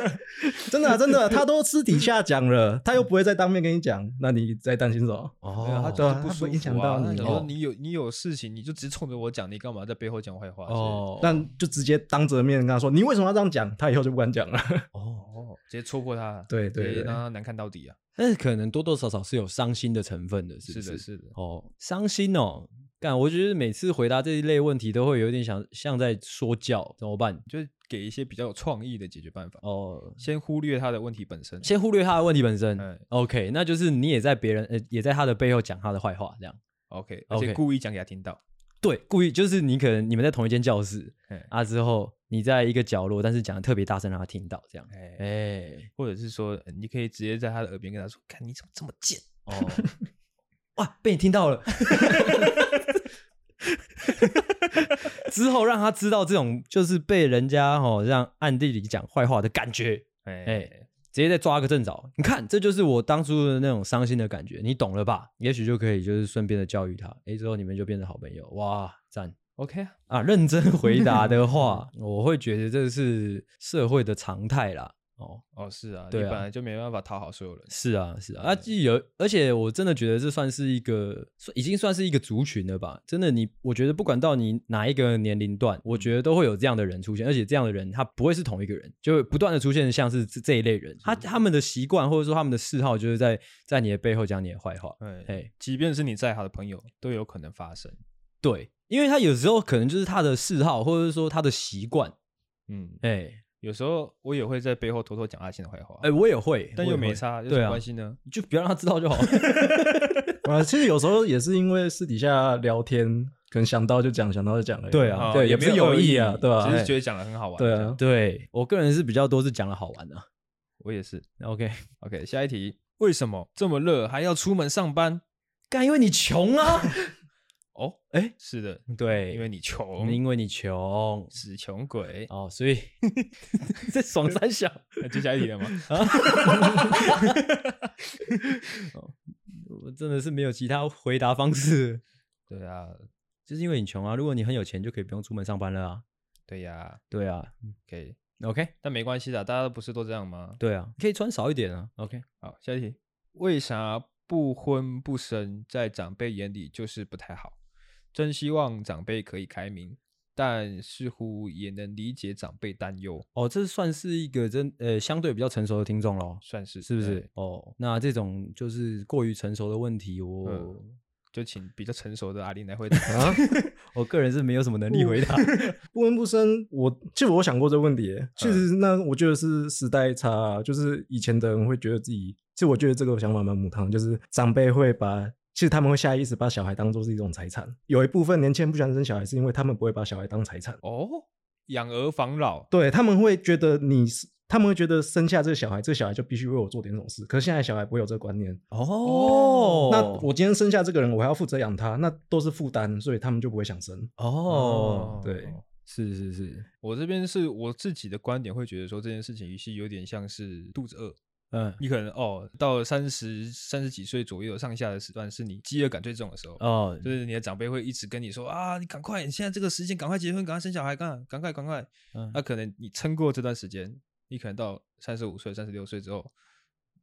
G: 真的啊、真的啊、他都私底下讲了，他又不会再当面跟你讲，那你在担心什么？
E: 对啊，他
F: 哦
E: 就是不
G: 他
E: 舒
G: 不影响
E: 服啊。
G: 到
E: 他
G: 你
E: 想说
G: 哦
E: 你有你有事情，你就直接冲着我讲，你干嘛在背后讲坏话？哦
F: 哦，
G: 但就直接当着面跟他说，你为什么要这样讲？他以后就不敢讲了。
F: 哦，
E: 哦，直接戳破他，
G: 对对
E: 直接
G: 对
E: 让他难看到底啊！
F: 但是可能多多少少是有伤心的成分的，是不
E: 是的，是的，
F: 哦，伤心哦。干，我觉得每次回答这一类问题都会有点想像在说教，怎么办？
E: 就是给一些比较有创意的解决办法，
F: 哦，
E: 先忽略他的问题本身。
F: 先忽略他的问题本身。
E: 哎
F: OK，那就是你也在别人呃也在他的背后讲他的坏话，这样
E: OK，而
F: OK
E: 且故意讲给他听到。
F: 对，故意就是你可能你们在同一间教室
E: 哎
F: 啊，之后你在一个角落，但是讲的特别大声，让他听到这样。哎、
E: 哎，或者是说，呃你可以直接在他的耳边跟他说：“看你怎么这么贱
F: 哦， 哇，被你听到了。之后让他知道这种就是被人家哦让暗地里讲坏话的感觉，！”
E: 哎，
F: 直接再抓个正着。你看，这就是我当初的那种伤心的感觉，你懂了吧？也许就可以就是顺便的教育他，诶，之后你们就变成好朋友，哇，赞
E: OK 啊，
F: 啊！认真回答的话， 我会觉得这是社会的常态啦。哦，
E: 哦是啊，你
F: 对啊
E: 本来就没办法讨好所有人。
F: 是啊，是啊，啊，既有，而且我真的觉得这算是一个，算已经算是一个族群了吧？真的你，我觉得不管到你哪一个年龄段，我
E: 嗯
F: 觉得都会有这样的人出现，而且这样的人他不会是同一个人，就会不断的出现像是这这一类人，
E: 嗯
F: 他他们的习惯或者说他们的嗜好，就是在在你的背后讲你的坏话。
E: 哎
F: 哎，
E: 即便是你再好的朋友，都有可能发生。
F: 对，因为他有时候可能就是他的嗜好，或者是说他的习惯。
E: 嗯，
F: 哎
E: 有时候我也会在背后偷偷讲阿信的坏话。
F: 哎，我也会，
E: 哦但
F: 我
E: 又
F: 也
E: 没
F: 会
E: 差，有什
F: 对
E: 么
F: 啊，
E: 关系呢？
F: 就不要让他知道 就好。
G: 啊，其实有时候也是因为私底下聊天，可能想到就讲，想到就讲而已。
F: 对啊
E: 哦
G: 对，也不
E: 没
G: 是有意啊，
E: 恶
G: 对吧、
E: 只
G: 哎
E: 是觉得讲的很好玩。
G: 对
E: 这
G: 啊
E: 样，
F: 对我个人是比较多是讲了好玩的、啊
E: 我也是。
F: OK。
E: OK，下一题，为什么这么热还要出门上班？
F: 干，因为你穷啊。
E: 哦，
F: 哎，
E: 是的，
F: 对，
E: 因为你穷，
F: 因为你穷哦，
E: 死穷鬼。
F: 所以 这爽三 小。
E: 那接下一题了吗？
F: 哦我真的是没有其他回答方式，
E: 对啊，
F: 就是因为你穷啊。如果你很有钱，就可以不用出门上班了啊。
E: 对呀
F: 对啊
E: ，OK，
F: ，OK，
E: 但没关系的，大家不是都这样吗？
F: 对啊，可以穿少一点啊。OK，
E: 好，下一题，为啥不婚不生，在长辈眼里就是不太好？真希望长辈可以开明，但似乎也能理解长辈担忧，
F: 哦，这算是一个真呃相对比较成熟的听众咯，
E: 算是
F: 是不是
E: 对？
F: 哦，那这种就是过于成熟的问题，我、
E: 嗯就请比较成熟的阿林 来回答。
F: 啊我个人是没有什么能力回 答。
G: 不闻不生，我其实我想过这个问题耶，确实，
F: 嗯
G: 那我觉得是时代差啊、就是以前的人会觉得自己，其实我觉得这个想法蛮母汤，就是长辈会把，其实他们会下意识把小孩当做是一种财产，有一部分年轻人不喜欢生小孩，是因为他们不会把小孩当财产，
E: 哦，养儿防老，
G: 对他们会觉得你是。他们会觉得生下这个小孩，这个小孩就必须为我做点什么事。可是现在小孩不会有这个观念，
F: 哦，
G: 那我今天生下这个人，我还要负责养他，那都是负担，所以他们就不会想生。
F: 哦，
G: 对，
F: 是是是，
E: 我这边是我自己的观点，会觉得说这件事情是有点像是肚子饿，
F: 嗯，
E: 你可能哦，到了三十三十几岁左右上下的时段，是你饥饿感最重的时候。
F: 哦，
E: 就是你的长辈会一直跟你说啊，你赶快，你现在这个时间赶快结婚，赶快生小孩，赶赶快赶快。
F: 嗯
E: 那、可能你撑过这段时间，你可能到三十五岁、三十六岁之后，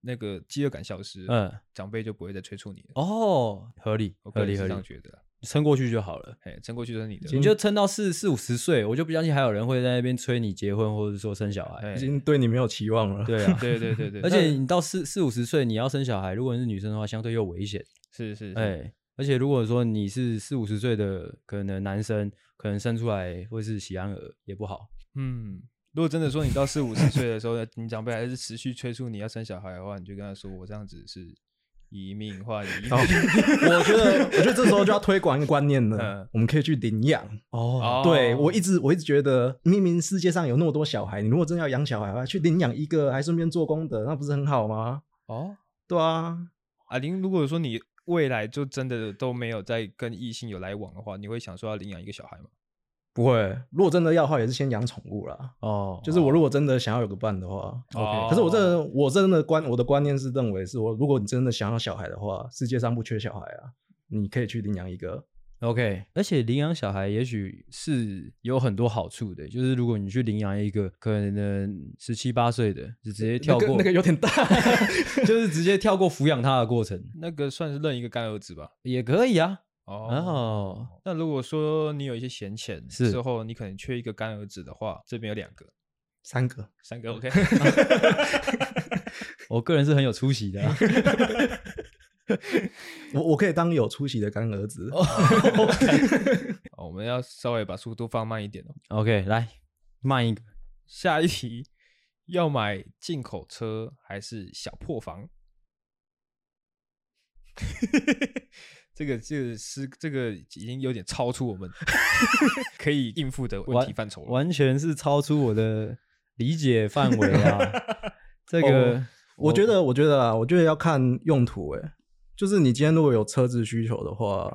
E: 那个饥饿感消失，
F: 嗯，
E: 长辈就不会再催促你了。
F: 哦，合理，
E: 我
F: 合
E: 个人
F: 理，
E: 是
F: 合
E: 这样
F: 理，
E: 觉得啦。
F: 撑过去就好了。
E: 哎，撑过去就是你的。
F: 你就撑到四四五十岁，我就不相信还有人会在那边催你结婚，或者说生小孩。
E: 哎
G: 已经对你没有期望 了。
F: 对啊，
E: 对对对对，
F: 而且你到四四五十岁，你要生小孩，如果你是女生的话，相对又危险。
E: 是是是，
F: 哎，而且如果说你是四五十岁的，可能男生可能生出来会是喜安儿，也不好。
E: 嗯，如果真的说你到四五十岁的时候，你长辈还是持续催促你要生小孩的话，你就跟他说我这样子是以命换遗。
F: 哦
G: 我觉得， 我觉得这时候就要推广一个观念了
E: 嗯，
G: 我们可以去领养。
E: 哦
G: 对我一直我一直觉得，明明世界上有那么多小孩，你如果真的要养小孩的话，去领养一个，还顺便做功德，那不是很好吗？
E: 哦，
G: 对啊，
E: 阿玲，如果说你未来就真的都没有再跟异性有来往的话，你会想说要领养一个小孩吗？
G: 不会，如果真的要的话，也是先养宠物啦。
F: 哦，
G: 就是我如果真的想要有个伴的话，
E: OK
G: 可是我真的我真的观我的观念是认为是我，如果你真的想要小孩的话，世界上不缺小孩啊，你可以去领养一个。
F: OK，而且领养小孩也许是有很多好处的，就是如果你去领养一个可能十七八岁的，就直接跳
G: 那
F: 过
G: 个那个有 点大，
F: 就是直接跳过抚养他的过程
E: 那个算是认一个干儿子吧。
F: 也可以啊。
E: 哦，
F: 哦，
E: 那如果说你有一些闲钱
F: 是
E: 之后，你可能缺一个干儿子的话，这边有两个、
G: 三个
E: 三
F: 哦
E: 个 OK。
F: 我个人是很有出息的啊、
G: 我我可以当有出息的干儿子。
E: 哦我们要稍微把速度放慢一点哦。
F: OK，来慢一个，
E: 下一题，要买进口车还是小破房？ 这个这个是这个已经有点超出我们 可以应付的问题范畴了。
F: 完全是超出我的理解范围 啊。这个、
G: 哦我觉得，我觉得啊，我觉得要看用途、欸。就是你今天如果有车子需求的话，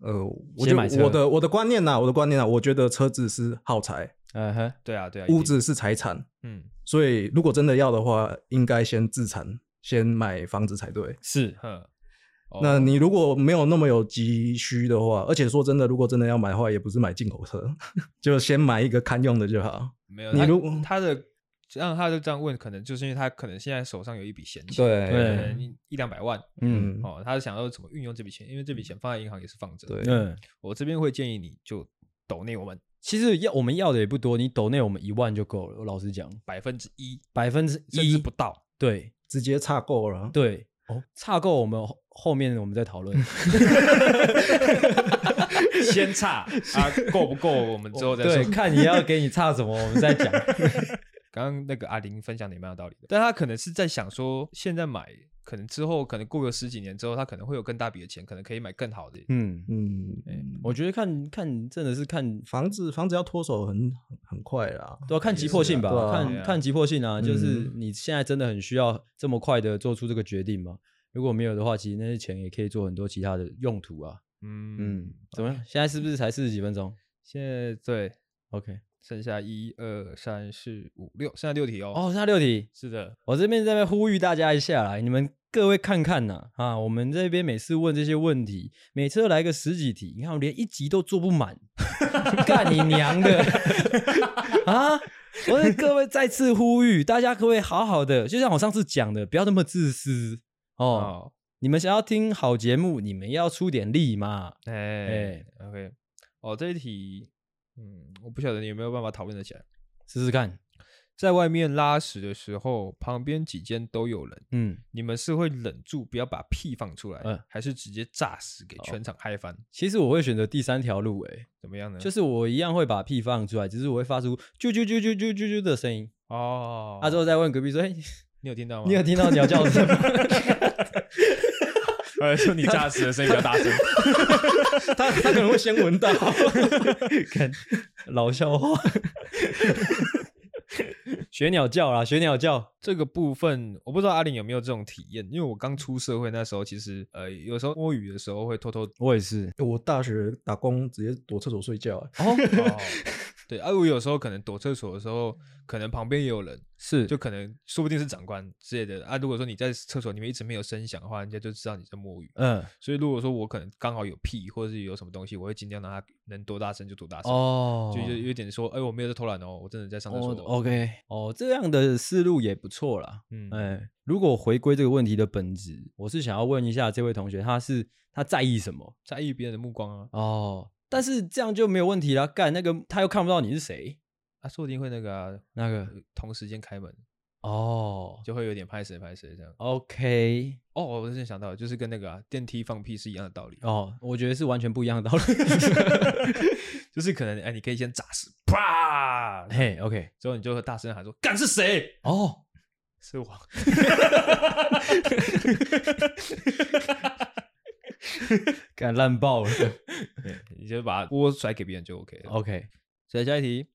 G: 呃，我
F: 先
G: 就
F: 买车
G: 我的我的观念呐、我的观念啊，我觉得车子是耗材，
F: 嗯哼，
E: 对啊，对啊，一
G: 屋
E: 定
G: 子是财产，
E: 嗯，
G: 所以如果真的要的话，应该先自产，先买房子才对。
F: 是
E: 哼，哦
G: 那你如果没有那么有急需的话，而且说真的，如果真的要买的话，也不是买进口车， 就先买一个堪用的就好。
E: 没
F: 呃
E: 有
G: 你
E: 他
G: 如果
E: 他的让他就这样问，可能就是因为他可能现在手上有一笔闲钱，
G: 对
E: 可能一一两百万
F: 嗯
G: 嗯，
E: 哦，他想要怎么运用这笔钱，因为这笔钱放在银行也是放着。
G: 对
F: 嗯，
E: 我这边会建议你就抖内我们
F: 其实要我们要的也不多，你抖内我们一万就够了。我老实讲，
E: 百分之一
F: 百分之
E: 甚至
F: 一
E: 不到，
F: 对
G: 直接差够了。
F: 对哦，差够我们后后面我们再讨论。
E: 先 差啊，够不够？我们 之后再
F: 对，
E: 说。
F: 看你要给你差什么，我们再讲。
E: 刚刚那个阿玲分享的也蛮有道理的，但他可能是在想说，现在买，可能之后可能过个十几年之后，他可能会有更大笔的钱，可能可以买更好的。
F: 嗯，
G: 嗯，
F: 我觉得看看真的是看
G: 房子房子要脱手很很快啦。
F: 都要看急迫性吧，
G: 也是啊对啊
F: 看、
E: 对啊
F: 看急迫性啊，
G: 嗯
F: 就是你现在真的很需要这么快的做出这个决定吗？如果没有的话，其实那些钱也可以做很多其他的用途啊。
E: 嗯，
F: 嗯，怎么样？现在是不是才四十几分钟
E: 现在对，
F: ？OK，
E: 剩下一二三四五六，剩下六题哦。
F: 哦，剩下六题，
E: 是的，
F: 我这边在那边呼吁大家一下啦，你们各位看看呐、啊，我们这边每次问这些问题，每次都来个十几题，你看我连一集都做不满， 干你娘的啊！我是各位再次呼吁，大家可不可以好好的，就像我上次讲的，不要那么自私哦。
E: 哦，
F: 你们想要听好节目，你们要出点力嘛。
E: 哎，OK，哦，这一题，嗯，我不晓得你有没有办法讨论得起来。
F: 试试看。
E: 在外面拉屎的时候，旁边几间都有人，
F: 嗯，
E: 你们是会忍住不要把屁放出来，
F: 嗯哦
E: 还是直接炸死给全场嗨翻？
F: 其实我会选择第三条路、欸，
E: 怎么样呢？
F: 就是我一样会把屁放出来，只是我会发出啾啾啾啾啾啾啾的声音。
E: 哦，
F: 啊，之后再问隔壁说：“哎、
E: 你有听到吗？
F: 你有 听到鸟叫声吗？
E: 呃，说你炸死的声音比较大 声。
G: 他他可能会先闻到。
F: 看老笑话。”学鸟叫啦，学鸟叫，
E: 这个部分我不知道阿玲有没有这种体验，因为我刚出社会那时候，其实呃有时候摸鱼的时候会偷偷
F: 我也是。
G: 我大学打工直接躲厕所睡觉、啊，
E: 哦， 对，啊我有时候可能躲厕所的时候，可能旁边也有人，
F: 是，
E: 就可能说不定是长官之类的啊。如果说你在厕所里面一直没有声响的话，人家就知道你在摸鱼。
F: 嗯，
E: 所以如果说我可能刚好有屁或者是有什么东西，我会尽量让他能多大声就多大声，
F: 哦
E: 就就有点说，哎，我没有在偷懒哦，我真的在上厕所
F: 哦
E: 哦。
F: ，OK，哦，这样的思路也不错啦。
E: 嗯，
F: 哎，如果回归这个问题的本质，我是想要问一下这位同学，他是他在意什么？
E: 在意别人的目光啊，
F: 哦，但是这样就没有问题啦。干那个他又看不到你是谁，
E: 啊，说不定会那个啊，
F: 那个
E: 呃同时间开门，
F: 哦
E: 就会有点拍谁拍谁这样。
F: ，OK，
E: 哦，我之前想到了，就是跟那个、啊、电梯放屁是一样的道理，
F: 哦，我觉得是完全不一样的道理。
E: 就是可能哎，你可以先炸死，啪，
F: 嘿，OK，
E: 之后你就会大声喊说：“干是谁？
F: 哦，
E: 是我。
F: 干烂爆了。
E: 对”你就把锅甩给别人就 OK 了。
F: OK，
E: 再下一题，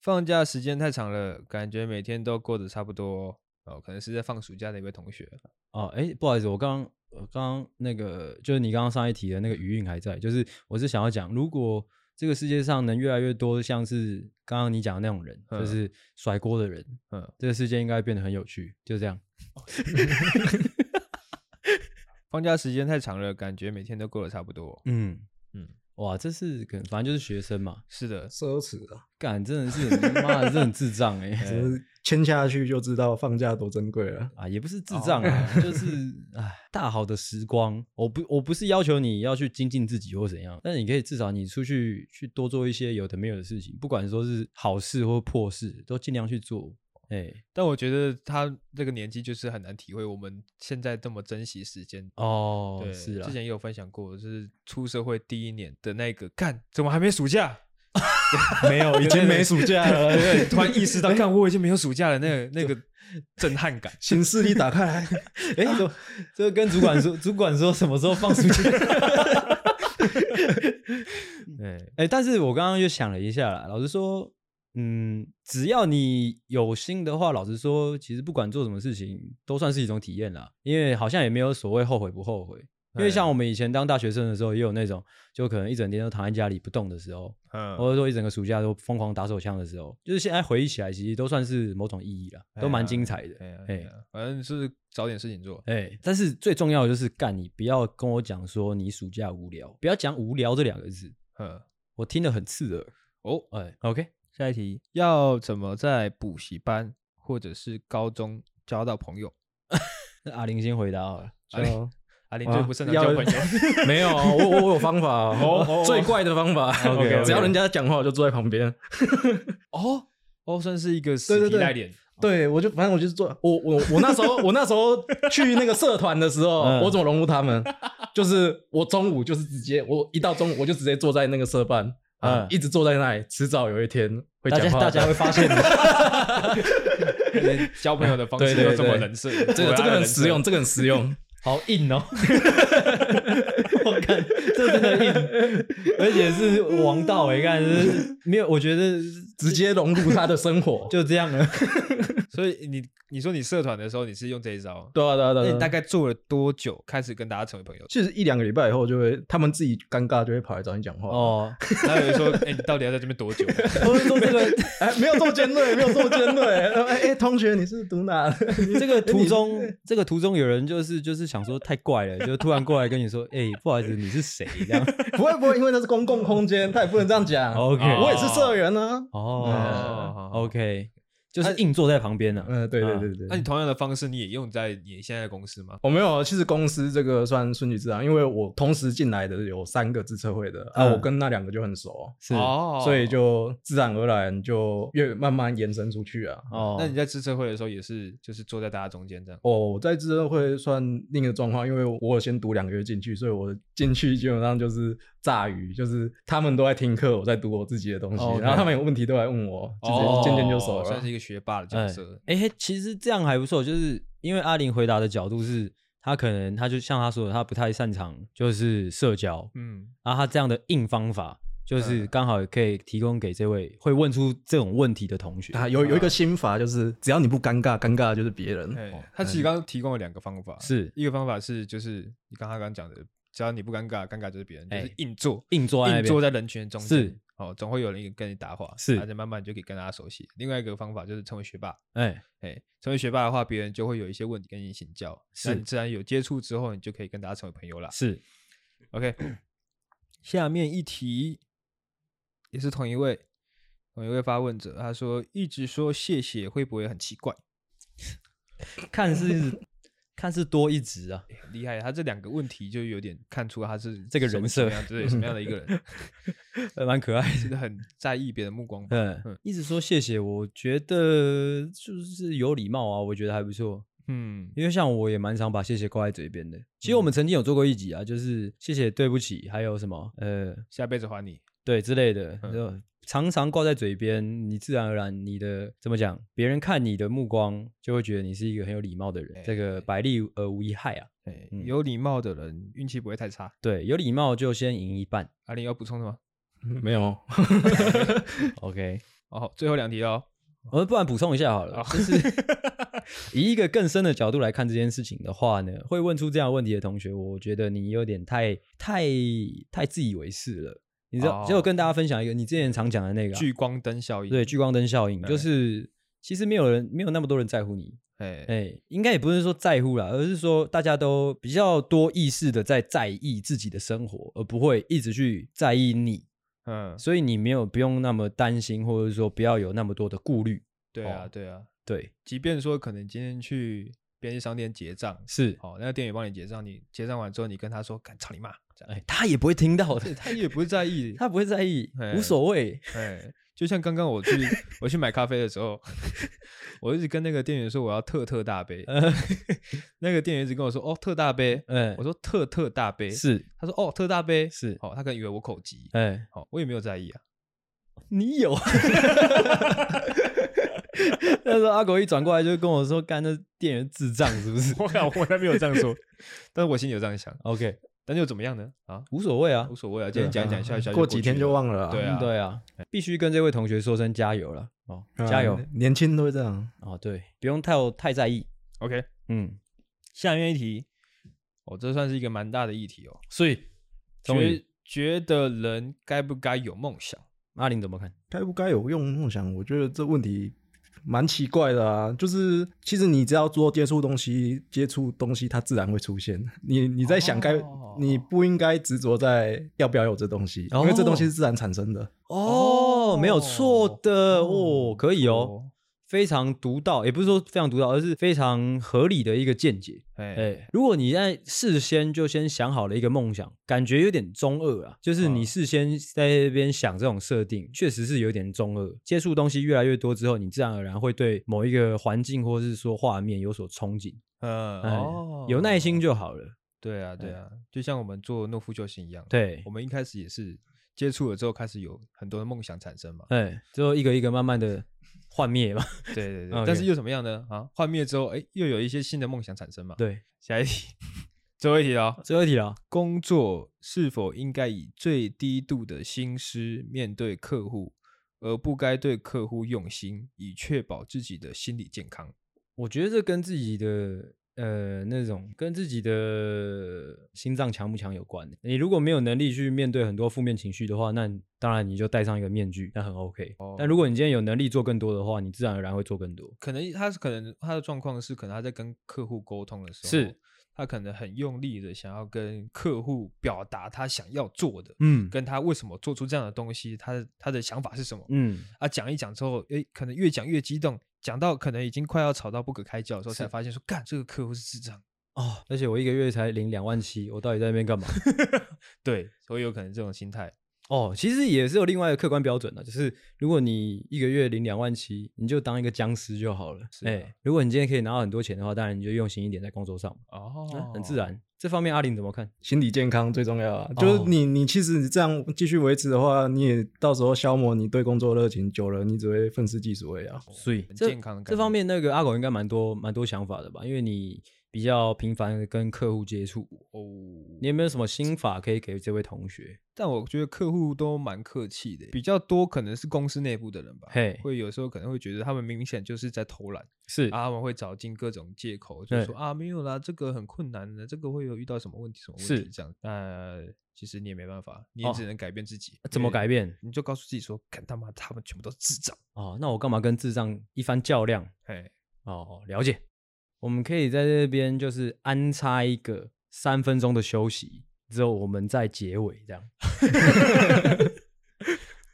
E: 放假时间太长了，感觉每天都过得差不多。哦，可能是在放暑假的一位同学。
F: 哦，哎，不好意思，我刚刚我刚刚那个就是你刚刚上一题的那个余韵还在，就是我是想要讲，如果这个世界上能越来越多像是刚刚你讲的那种人，就
E: 嗯
F: 是甩锅的人，
E: 嗯，
F: 这个世界应该变得很有趣，就这样。
E: 放假时间太长了，感觉每天都过得差不多。
F: 嗯嗯
E: 嗯，
F: 哇，这是可能反正就是学生嘛，
E: 是的，
G: 奢侈啊！
F: 干真的是你妈的，真的很智障 哎、
G: 只是签下去就知道放假多珍贵了。
F: 啊，也不是智障啊，就是哎，大好的时光，我不我不是要求你要去精进自己或怎样，但你可以至少你出去去多做一些有的没有的事情，不管说是好事或破事，都尽量去做。哎、
E: 但我觉得他这个年纪就是很难体会我们现在这么珍惜时间。
F: 哦，
E: 对，
F: 是啦
E: 之， 前也有分享过，就是出社会第一年的那个，干怎么还没暑假？
F: 没有，已经没暑假了 哎
E: 对，突然意识到，干我已经没有暑假了，那个那个震撼 感。
G: 行事历打开来，
F: 哎、这这跟主管说，主管说什么时候放暑假？
E: 对，
F: 哎、但是我刚刚又想了一下啦，老实说，嗯，只要你有心的话，老实说，其实不管做什么事情，都算是一种体验啦。因为好像也没有所谓后悔不后悔，因为
E: 哎
F: 像我们以前当大学生的时候，也有那种就可能一整天都躺在家里不动的时候，
E: 嗯，
F: 或者说一整个暑假都疯狂打手枪的时候，就是现在回忆起来，其实都算是某种意义啦，都蛮精彩的。
E: 哎呀
F: 哎
E: 哎呀，反正就是找点事情做。
F: 哎、但是最重要的就是干，你不要跟我讲说你暑假无聊，不要讲无聊这两个字，
E: 嗯，
F: 我听得很刺耳。
E: 哦，
F: 哎、o k
E: 下一题，要怎么在补习班或者是高中交到朋友？
F: 那阿玲先回答好了。
E: 阿林，阿林最不擅长
G: 要
E: 交 朋友。
G: 没有啊，我我我有方法啊，
E: 哦哦哦
G: 最怪的方法
F: OK，OK
G: 只要人家讲话，我就坐在旁边。
E: 哦哦，算是一个
G: 对
E: 死
G: 对
E: 皮
G: 对
E: 赖脸。
G: 对，我就反正我就是坐，我我我那时 候我那时候去那个社团的时候，
F: 嗯
G: 我怎么融入他们？就是我中午就是直接，我一到中午我就直接坐在那个社办，
F: 嗯
G: 啊，一直坐在那里，迟早有一天会
F: 大
G: 讲
F: 家
G: 话的。
F: 大家会发现的。
E: 连交朋友 的方
G: 对
E: 式
G: 对
E: 又这么
G: 对
E: 人设， 果
G: 这个
E: 然
G: 这个
E: 人
G: 很
E: 设
G: 实用，。这个很实用。
F: 好硬哦！我看这真的硬，而且是王道哎、看就是没有，我觉得。
G: 直接融入他的生活
F: 就这样了。
E: 所以你你说你社团的时候，你是用这一招，
G: 对啊，对啊，
E: 那
G: 对啊对啊。
E: 你大概做了多久开始跟大家成为朋友？
G: 就是一两个礼拜以后，就会他们自己尴尬，就会跑来找你讲话。哦，
F: 哦，
E: 然后有人说，哎，你到底要在这边多 久？
F: 我哦是说这个
G: 哎，没有这么尖锐，没有这么尖锐。哎哎，同学，你是读哪 的？
F: 这个途中，这个途中有人就是就是想说太怪了，就突然过来跟你说，哎、不好意思，你是谁？这样
G: 不会不会，因为那是公共空间，他也不能这样讲。
F: OK
G: 我也是社员啊。
E: 哦
F: 哦
E: 好
F: ，OK，就是硬坐在旁边啊呢、
G: 嗯，对对对
E: 那
F: 哎
G: 对
E: 你。同样的方式你也用在你现在的公司吗？
G: 我没有，其实公司这个算顺其自啊然，因为我同时进来的有三个自测会的啊，
F: 嗯
G: 我跟那两个就很熟，
F: 是
E: 哦
G: 所以就自然而然就越慢慢延伸出去啊。
F: 哦，
E: 那你在自测会的时候也是，就是坐在大家中间这样。
G: 哦，我在自证会算另一个状况，因为我有先读两个月进去，所以我进去基本上就是炸鱼，就是他们都在听课，我在读我自己的东西，
F: 哦，OK
G: 然后他们有问题都来问我，就是渐渐就熟了。
E: 哦算是一个学霸的角色。
F: 哎、嘿其实这样还不错，就是因为阿玲回答的角度是，她可能她就像她说的，她不太擅长就是社交，
E: 嗯，
F: 然后她这样的硬方法。就是刚好也可以提供给这位会问出这种问题的同学。
G: 啊，有有一
E: 嗯
G: 个心法就是，只要你不尴尬，尴尬的就是别人。
E: 哎，他其实刚刚提供了两个方法，
F: 哦是
E: 一个方法是就是你刚刚刚讲的，只要你不尴尬，尴尬就是别人，就
F: 哎
E: 是硬做，
F: 硬坐在那
E: 硬
F: 边
E: 坐在人群中间
F: 是
E: 哦，总会有人跟你搭话，
F: 是
E: 而且慢慢你就可以跟大家熟悉。另外一个方法就是成为学霸，
F: 哎，
E: 哎，成为学霸的话，别人就会有一些问题跟你请教，
F: 是
E: 那你自然有接触之后，你就可以跟大家成为朋友啦。
F: 是
E: OK，下面一题也是同一位同一位发问者，他说一直说谢谢会不会很奇怪？
F: 看似看似多一职啊，
E: 欸很厉害，他这两个问题就有点看出他是
F: 这个
E: 什么
F: 人
E: 什么
F: 设
E: 样对什么样的一个 人，
F: 呃蛮可爱的。
E: 真的很在意别人的目光吧。
F: 嗯，一直说谢谢，我觉得就是有礼貌啊，我觉得还不错。
E: 嗯，
F: 因为像我也蛮常把谢谢挂在嘴边的。其实我们曾经有做过一集啊，就是谢谢、对不起，还有什么呃，
E: 下辈子还你。
F: 对之类的，
E: 嗯
F: 就常常挂在嘴边，你自然而然你的怎么讲，别人看你的目光就会觉得你是一个很有礼貌的人。这个百利而无一害啊，
E: 哎，
F: 嗯
E: 有礼貌的人运气不会太差。
F: 对，有礼貌就先赢一半。
E: 阿林有补充的吗？
G: 嗯没有，
F: OK，
E: 哦，最后两题哦。
F: 我呃们不然补充一下好了，就是 以一个更深的角度来看这件事情的话呢，会问出这样的问题的同学，我觉得你有点太太太自以为是了。你知道，
E: 哦
F: 只有跟大家分享一个你之前常讲的那个啊、
E: 聚光灯效应。
F: 对聚光灯效应，
E: 哎
F: 就是其实没有人没有那么多人在乎你，
E: 哎，
F: 哎、应该也不是说在乎啦，而是说大家都比较多意识的在在意自己的生活，而不会一直去在意你，
E: 嗯，
F: 所以你没有不用那么担心，或者说不要有那么多的顾虑。
E: 对啊，
F: 哦
E: 对啊。
F: 对，
E: 即便说可能今天去便利商店结账，
F: 是，
E: 好，哦那个店员帮你结账，你结账完之后，你跟他说“干操你妈”，这 样，
F: 哎，他也不会听到的，。
E: 他也不是在意
F: 他不会在意
E: 哎，
F: 无所谓。
E: 哎，就像刚刚我去我去买咖啡的时候， 我一直跟那个店员说我要特特大杯， 那个店员一直跟我说哦特大杯，
F: 嗯
E: 我，说特特大杯，
F: 是
E: 他说哦特大杯，
F: 是，
E: 哦他可能以为我口急，
F: 哎，
E: 哦我也没有在意啊，
F: 你有。 那时候阿狗一转过来就跟我说：“干，那店员智障是不是
E: 我靠我才没有这样说，但是我心里有这样想，
F: ？”OK，
E: 但又怎么样呢？啊
F: 无所谓啊
E: 无，所谓啊，今
F: 对
E: 天讲一 讲笑一笑就
G: 过几天
E: 去
G: 就
E: 了
G: 忘了啦。
E: 对
F: 嗯
E: 啊
F: 对啊，必须跟这位同学说声加油了哦，
G: 啊
F: 加油！
G: 年轻都会这样。
F: 哦，对，不用太太在意，
E: ，OK，
F: 嗯，
E: 下面一题，哦这算是一个蛮大的议题哦，
F: 所以终于
E: 觉觉得人该不该有梦想？
F: 阿玲怎么看？
G: 该不该有用梦想？我觉得这问题蛮奇怪的啊。就是其实你只要多接触东西，接触东西它自然会出现。 你你在想该，
E: 哦
G: 你不应该执着在要不要有这东西，因为这东西是自然产生的。
F: 哦，没有错的
E: 哦
F: 哦，可以哦
E: 哦，
F: 非常独到，也不是说非常独到，而是非常合理的一个见解。
E: 哎、
F: 哎，如果你在事先就先想好了一个梦想，感觉有点中二啊，就是你
E: 嗯
F: 事先在那边想这种设定，确实是有点中二。接触东西越来越多之后，你自然而然会对某一个环境或是说画面有所憧憬。
E: 嗯，
F: 哎
E: 哦，
F: 有耐心就好了。
E: 对啊，对
F: 哎
E: 啊，就像我们做诺夫救星一样，，
F: 对
E: 我，们一开始也是接触了之后，开始有很多的梦想产 生嘛，
F: 哎，最后一个一个慢慢的幻灭嘛。
E: 对对对，
F: OK
E: 但是又怎么样呢？啊，幻灭之后，哎，又有一些新的梦想产生嘛。，
F: 对，
E: 下一题，最后一题哦，
F: 最后一题了。
E: 工作是否应该以最低度的心思面对客户，而不该对客户用心，以确保自己的心理健康？
F: 我觉得这跟自己的呃那种跟自己的心脏强不强有关。你如果没有能力去面对很多负面情绪的话，那当然你就戴上一个面具，那很 OK。
E: 哦
F: 但如果你今天有能力做更多的话，你自然而然会做更多。
E: 可能他是可能他的状况是，可能他在跟客户沟通的时候，
F: 是
E: 他可能很用力的想要跟客户表达他想要做的，
F: 嗯
E: 跟他为什么做出这样的东西，他的他的想法是什么？
F: 嗯，
E: 啊，讲一讲之后，诶，可能越讲越激动，讲到可能已经快要吵到不可开交的时候，才
F: 是
E: 发现说，干这个客户是智障。
F: 哦，而且我一个月才领两万七，我到底在那 边干嘛？
E: 对，所以有可能这种心态。
F: 哦，其实也是有另外一个客观标准的，就是如果你一个月领两万七，你就当一个僵尸就好了。哎
E: 是啊
F: 如果你今天可以拿到很多钱的话，当然你就用心一点在工作上嘛，
E: 哦
F: 嗯很自。然。这方面阿玲怎么看？
G: 心理健康最重要啊！就是你，你其实你这样继续维持的话，你也到时候消磨你对工作热情，久了你只会 愤世嫉俗而已啊。
F: 所以
E: 很
F: 这
E: 健康的概
F: 这方
E: 念
F: 面，那个阿狗应该蛮多蛮多想法的吧？因为你比较频繁的跟客户接触。
E: 哦，
F: 你有没有什么心法可以给这位同学？
E: 但我觉得客户都蛮客气的，比较多可能是公司内部的人吧，
F: 嘿
E: 会有时候可能会觉得他们明显就是在偷懒，
F: 是
E: 啊，他们会找尽各种借口，就
F: 对
E: 说啊没有啦，这个很困难的，这个会有遇到什么问题什么问
F: 是
E: 题这样，呃，其实你也没办法，你也
F: 哦
E: 只能改变自己，
F: 怎么
E: 因为
F: 改变？
E: 你就告诉自己说，看他妈他们全部都是智障，
F: 哦，那我干嘛跟智障一番较量？
E: 哎，
F: 哦，了解。我们可以在这边就是安插一个三分钟的休息，之后我们再结尾这样。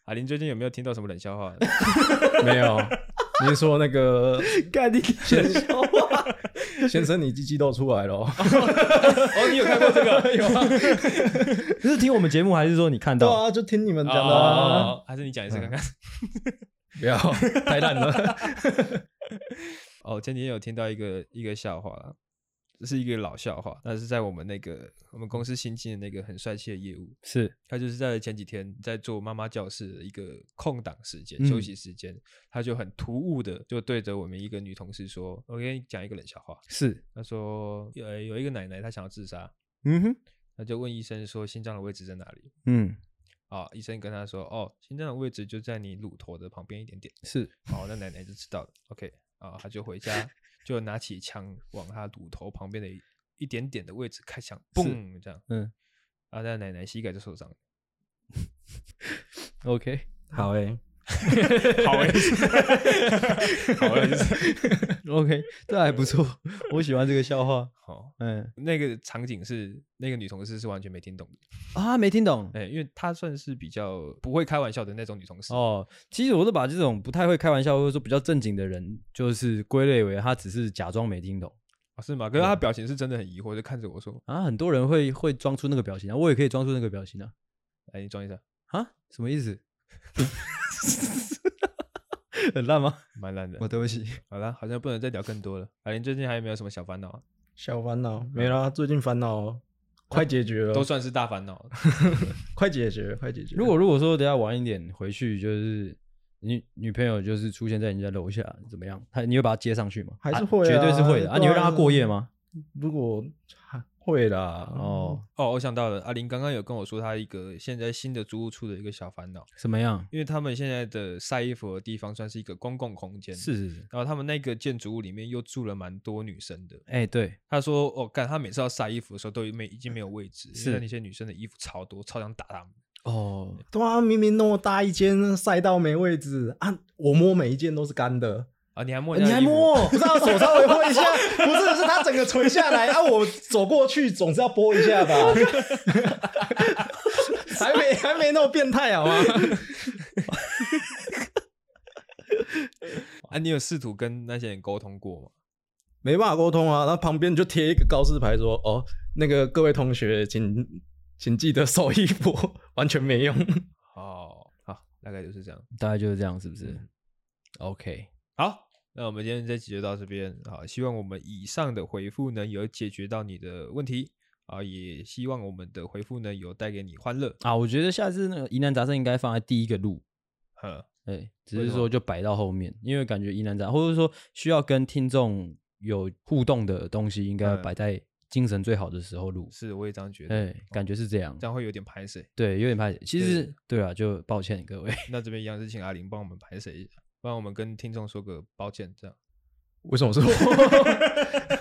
E: 阿林最近有没有听到什么冷笑 话？
G: 没有，你是说那 个
F: 干你
G: 先笑话，先生你鸡鸡都出来了哦，
E: 哦，你有看过这个？有啊，
F: 这是听我们节目还是说你看
G: 对
F: 到？
G: 啊，就听你们讲的啊，
E: 哦，还是你讲一
F: 嗯
E: 次看看。
G: 不要太烂 了。
E: 哦，前几天有听到一个一个笑话啦，这是一个老笑话，但是在我们那个我们公司新进的那个很帅气的业务，
F: 是
E: 他就是在前几天在做妈妈教室的一个空档时间、
F: 嗯
E: 休息时间，他就很突兀的就对着我们一个女同事说：“我跟你讲一个冷笑话。
F: 是，”
E: 他说：“呃有有一个奶奶她想要自杀，
F: 嗯哼，
E: 她就问医生说心脏的位置在哪里？
F: 嗯，
E: 啊、医生跟她说：哦，心脏的位置就在你乳头的旁边一点点。”
F: 是
E: 好，那奶奶就知道了。OK，啊，她就回家，就拿起枪往她乳头旁边的一一点点的位置开枪，嘣，这样。
F: 嗯。
E: 啊，那奶奶膝盖就受伤了。
F: OK。
G: 好欸诶、
E: 好哎、好哎、
F: OK，这还不错，我喜欢这个笑话。
E: 好。
F: 嗯
E: 那个场景是那个女同事是完全没听懂的，
F: 啊，没听懂
E: 哎、因为她算是比较不会开玩笑的那种女同事。
F: 哦。其实我都把这种不太会开玩笑，或者说比较正经的人，就是归类为他只是假装没听懂
E: 哦是吗？可是她表情是真的很疑惑，就看着我说
F: 啊。很多人会会装出那个表情啊，我也可以装出那个表情啊。：“
E: 哎、你装一下，
F: 啊，什么意思？很烂吗？
E: 蛮烂的。
F: 我哦对不起。”
E: 好啦，好像不能再聊更多了。阿林最近还有没有什么小烦恼啊？
G: 小烦恼没啦，最近烦 恼快解决了，
E: 嗯都算是大烦恼了。
G: 快解决，快解决。
F: 如果如果说等一下晚一点回去，就是女女朋友就是出现在人家楼下，怎么样？她你会把她接上去吗？
G: 还是
F: 啊
G: 会
F: 绝对是
G: 啊
F: 会的啊！
G: 对
F: 你会
G: 啊
F: 让她过夜吗？
G: 如果会啦，
F: 哦，
E: 哦，我想到了，阿林刚刚有跟我说他一个现在新的租屋处的一个小烦恼，
F: 怎么样？
E: 因为他们现在的晒衣服的地方算是一个公共空间，
F: 是。是是，
E: 然后他们那个建筑物里面又住了蛮多女生的。
F: 哎、对，
E: 他说：“哦，干，他每次要晒衣服的时候都没已经没有位置，因为
F: 是
E: 那些女生的衣服超多，超想打他们。
F: 哦，
G: 对啊，明明那么大一间，晒到没位置啊！我摸每一件都是干的，
E: 啊，你还摸
G: 呃
E: 人
G: 你
E: 家
G: 还
E: 的衣服？
G: 摸？不知道手稍微拨一下，不是，是他整个垂下来啊！我走过去总是要拨 一下吧， 还没还没那么变态好吗？
E: 啊，你有试图跟那些人沟通过吗？
G: 没办法沟通啊，那旁边就贴一个告示牌说：“哦，那个各位同学，请请记得收衣服， 完全没用。
E: 哦，好，大概就是这样。
F: 大概就是这样，是不是、o
E: 嗯
F: k
E: 好，那我们今天这集就到这边。好，希望我们以上的回复呢有解决到你的问题啊，也希望我们的回复呢有带给你欢乐。
F: 啊，我觉得下次那个疑难杂症应该放在第一个录，
E: 呵，
F: 对，只
E: 为
F: 是
E: 什么
F: 说就摆到后面，因为感觉疑难杂，或者说需要跟听众有互动的东西，应该
E: 嗯
F: 摆在精神最好的时候录。
E: 是我也这样觉
F: 哎、
E: 得，
F: 感觉是这样
E: 这。样会有点排水。
F: 对，有点怕。其
E: 对
F: 实对啊，就抱歉各位。
E: 那这边一样是请阿玲帮我们排水一下，帮我们跟听众说个抱歉，这样。”
G: 为什么是我？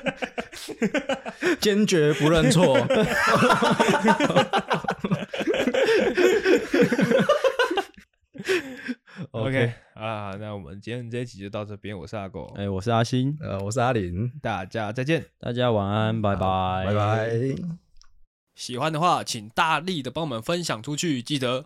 G: 坚决不认错。
E: OK 啊，那我们今天这一集就到这边，我是阿狗，
F: 哎、我是阿星，
G: 呃，我是阿林，
E: 大家再见。
F: 大家晚
E: 嗯
F: 安，拜拜，
G: 拜拜。
E: 喜欢的话，请大力的帮我们分享出去，记得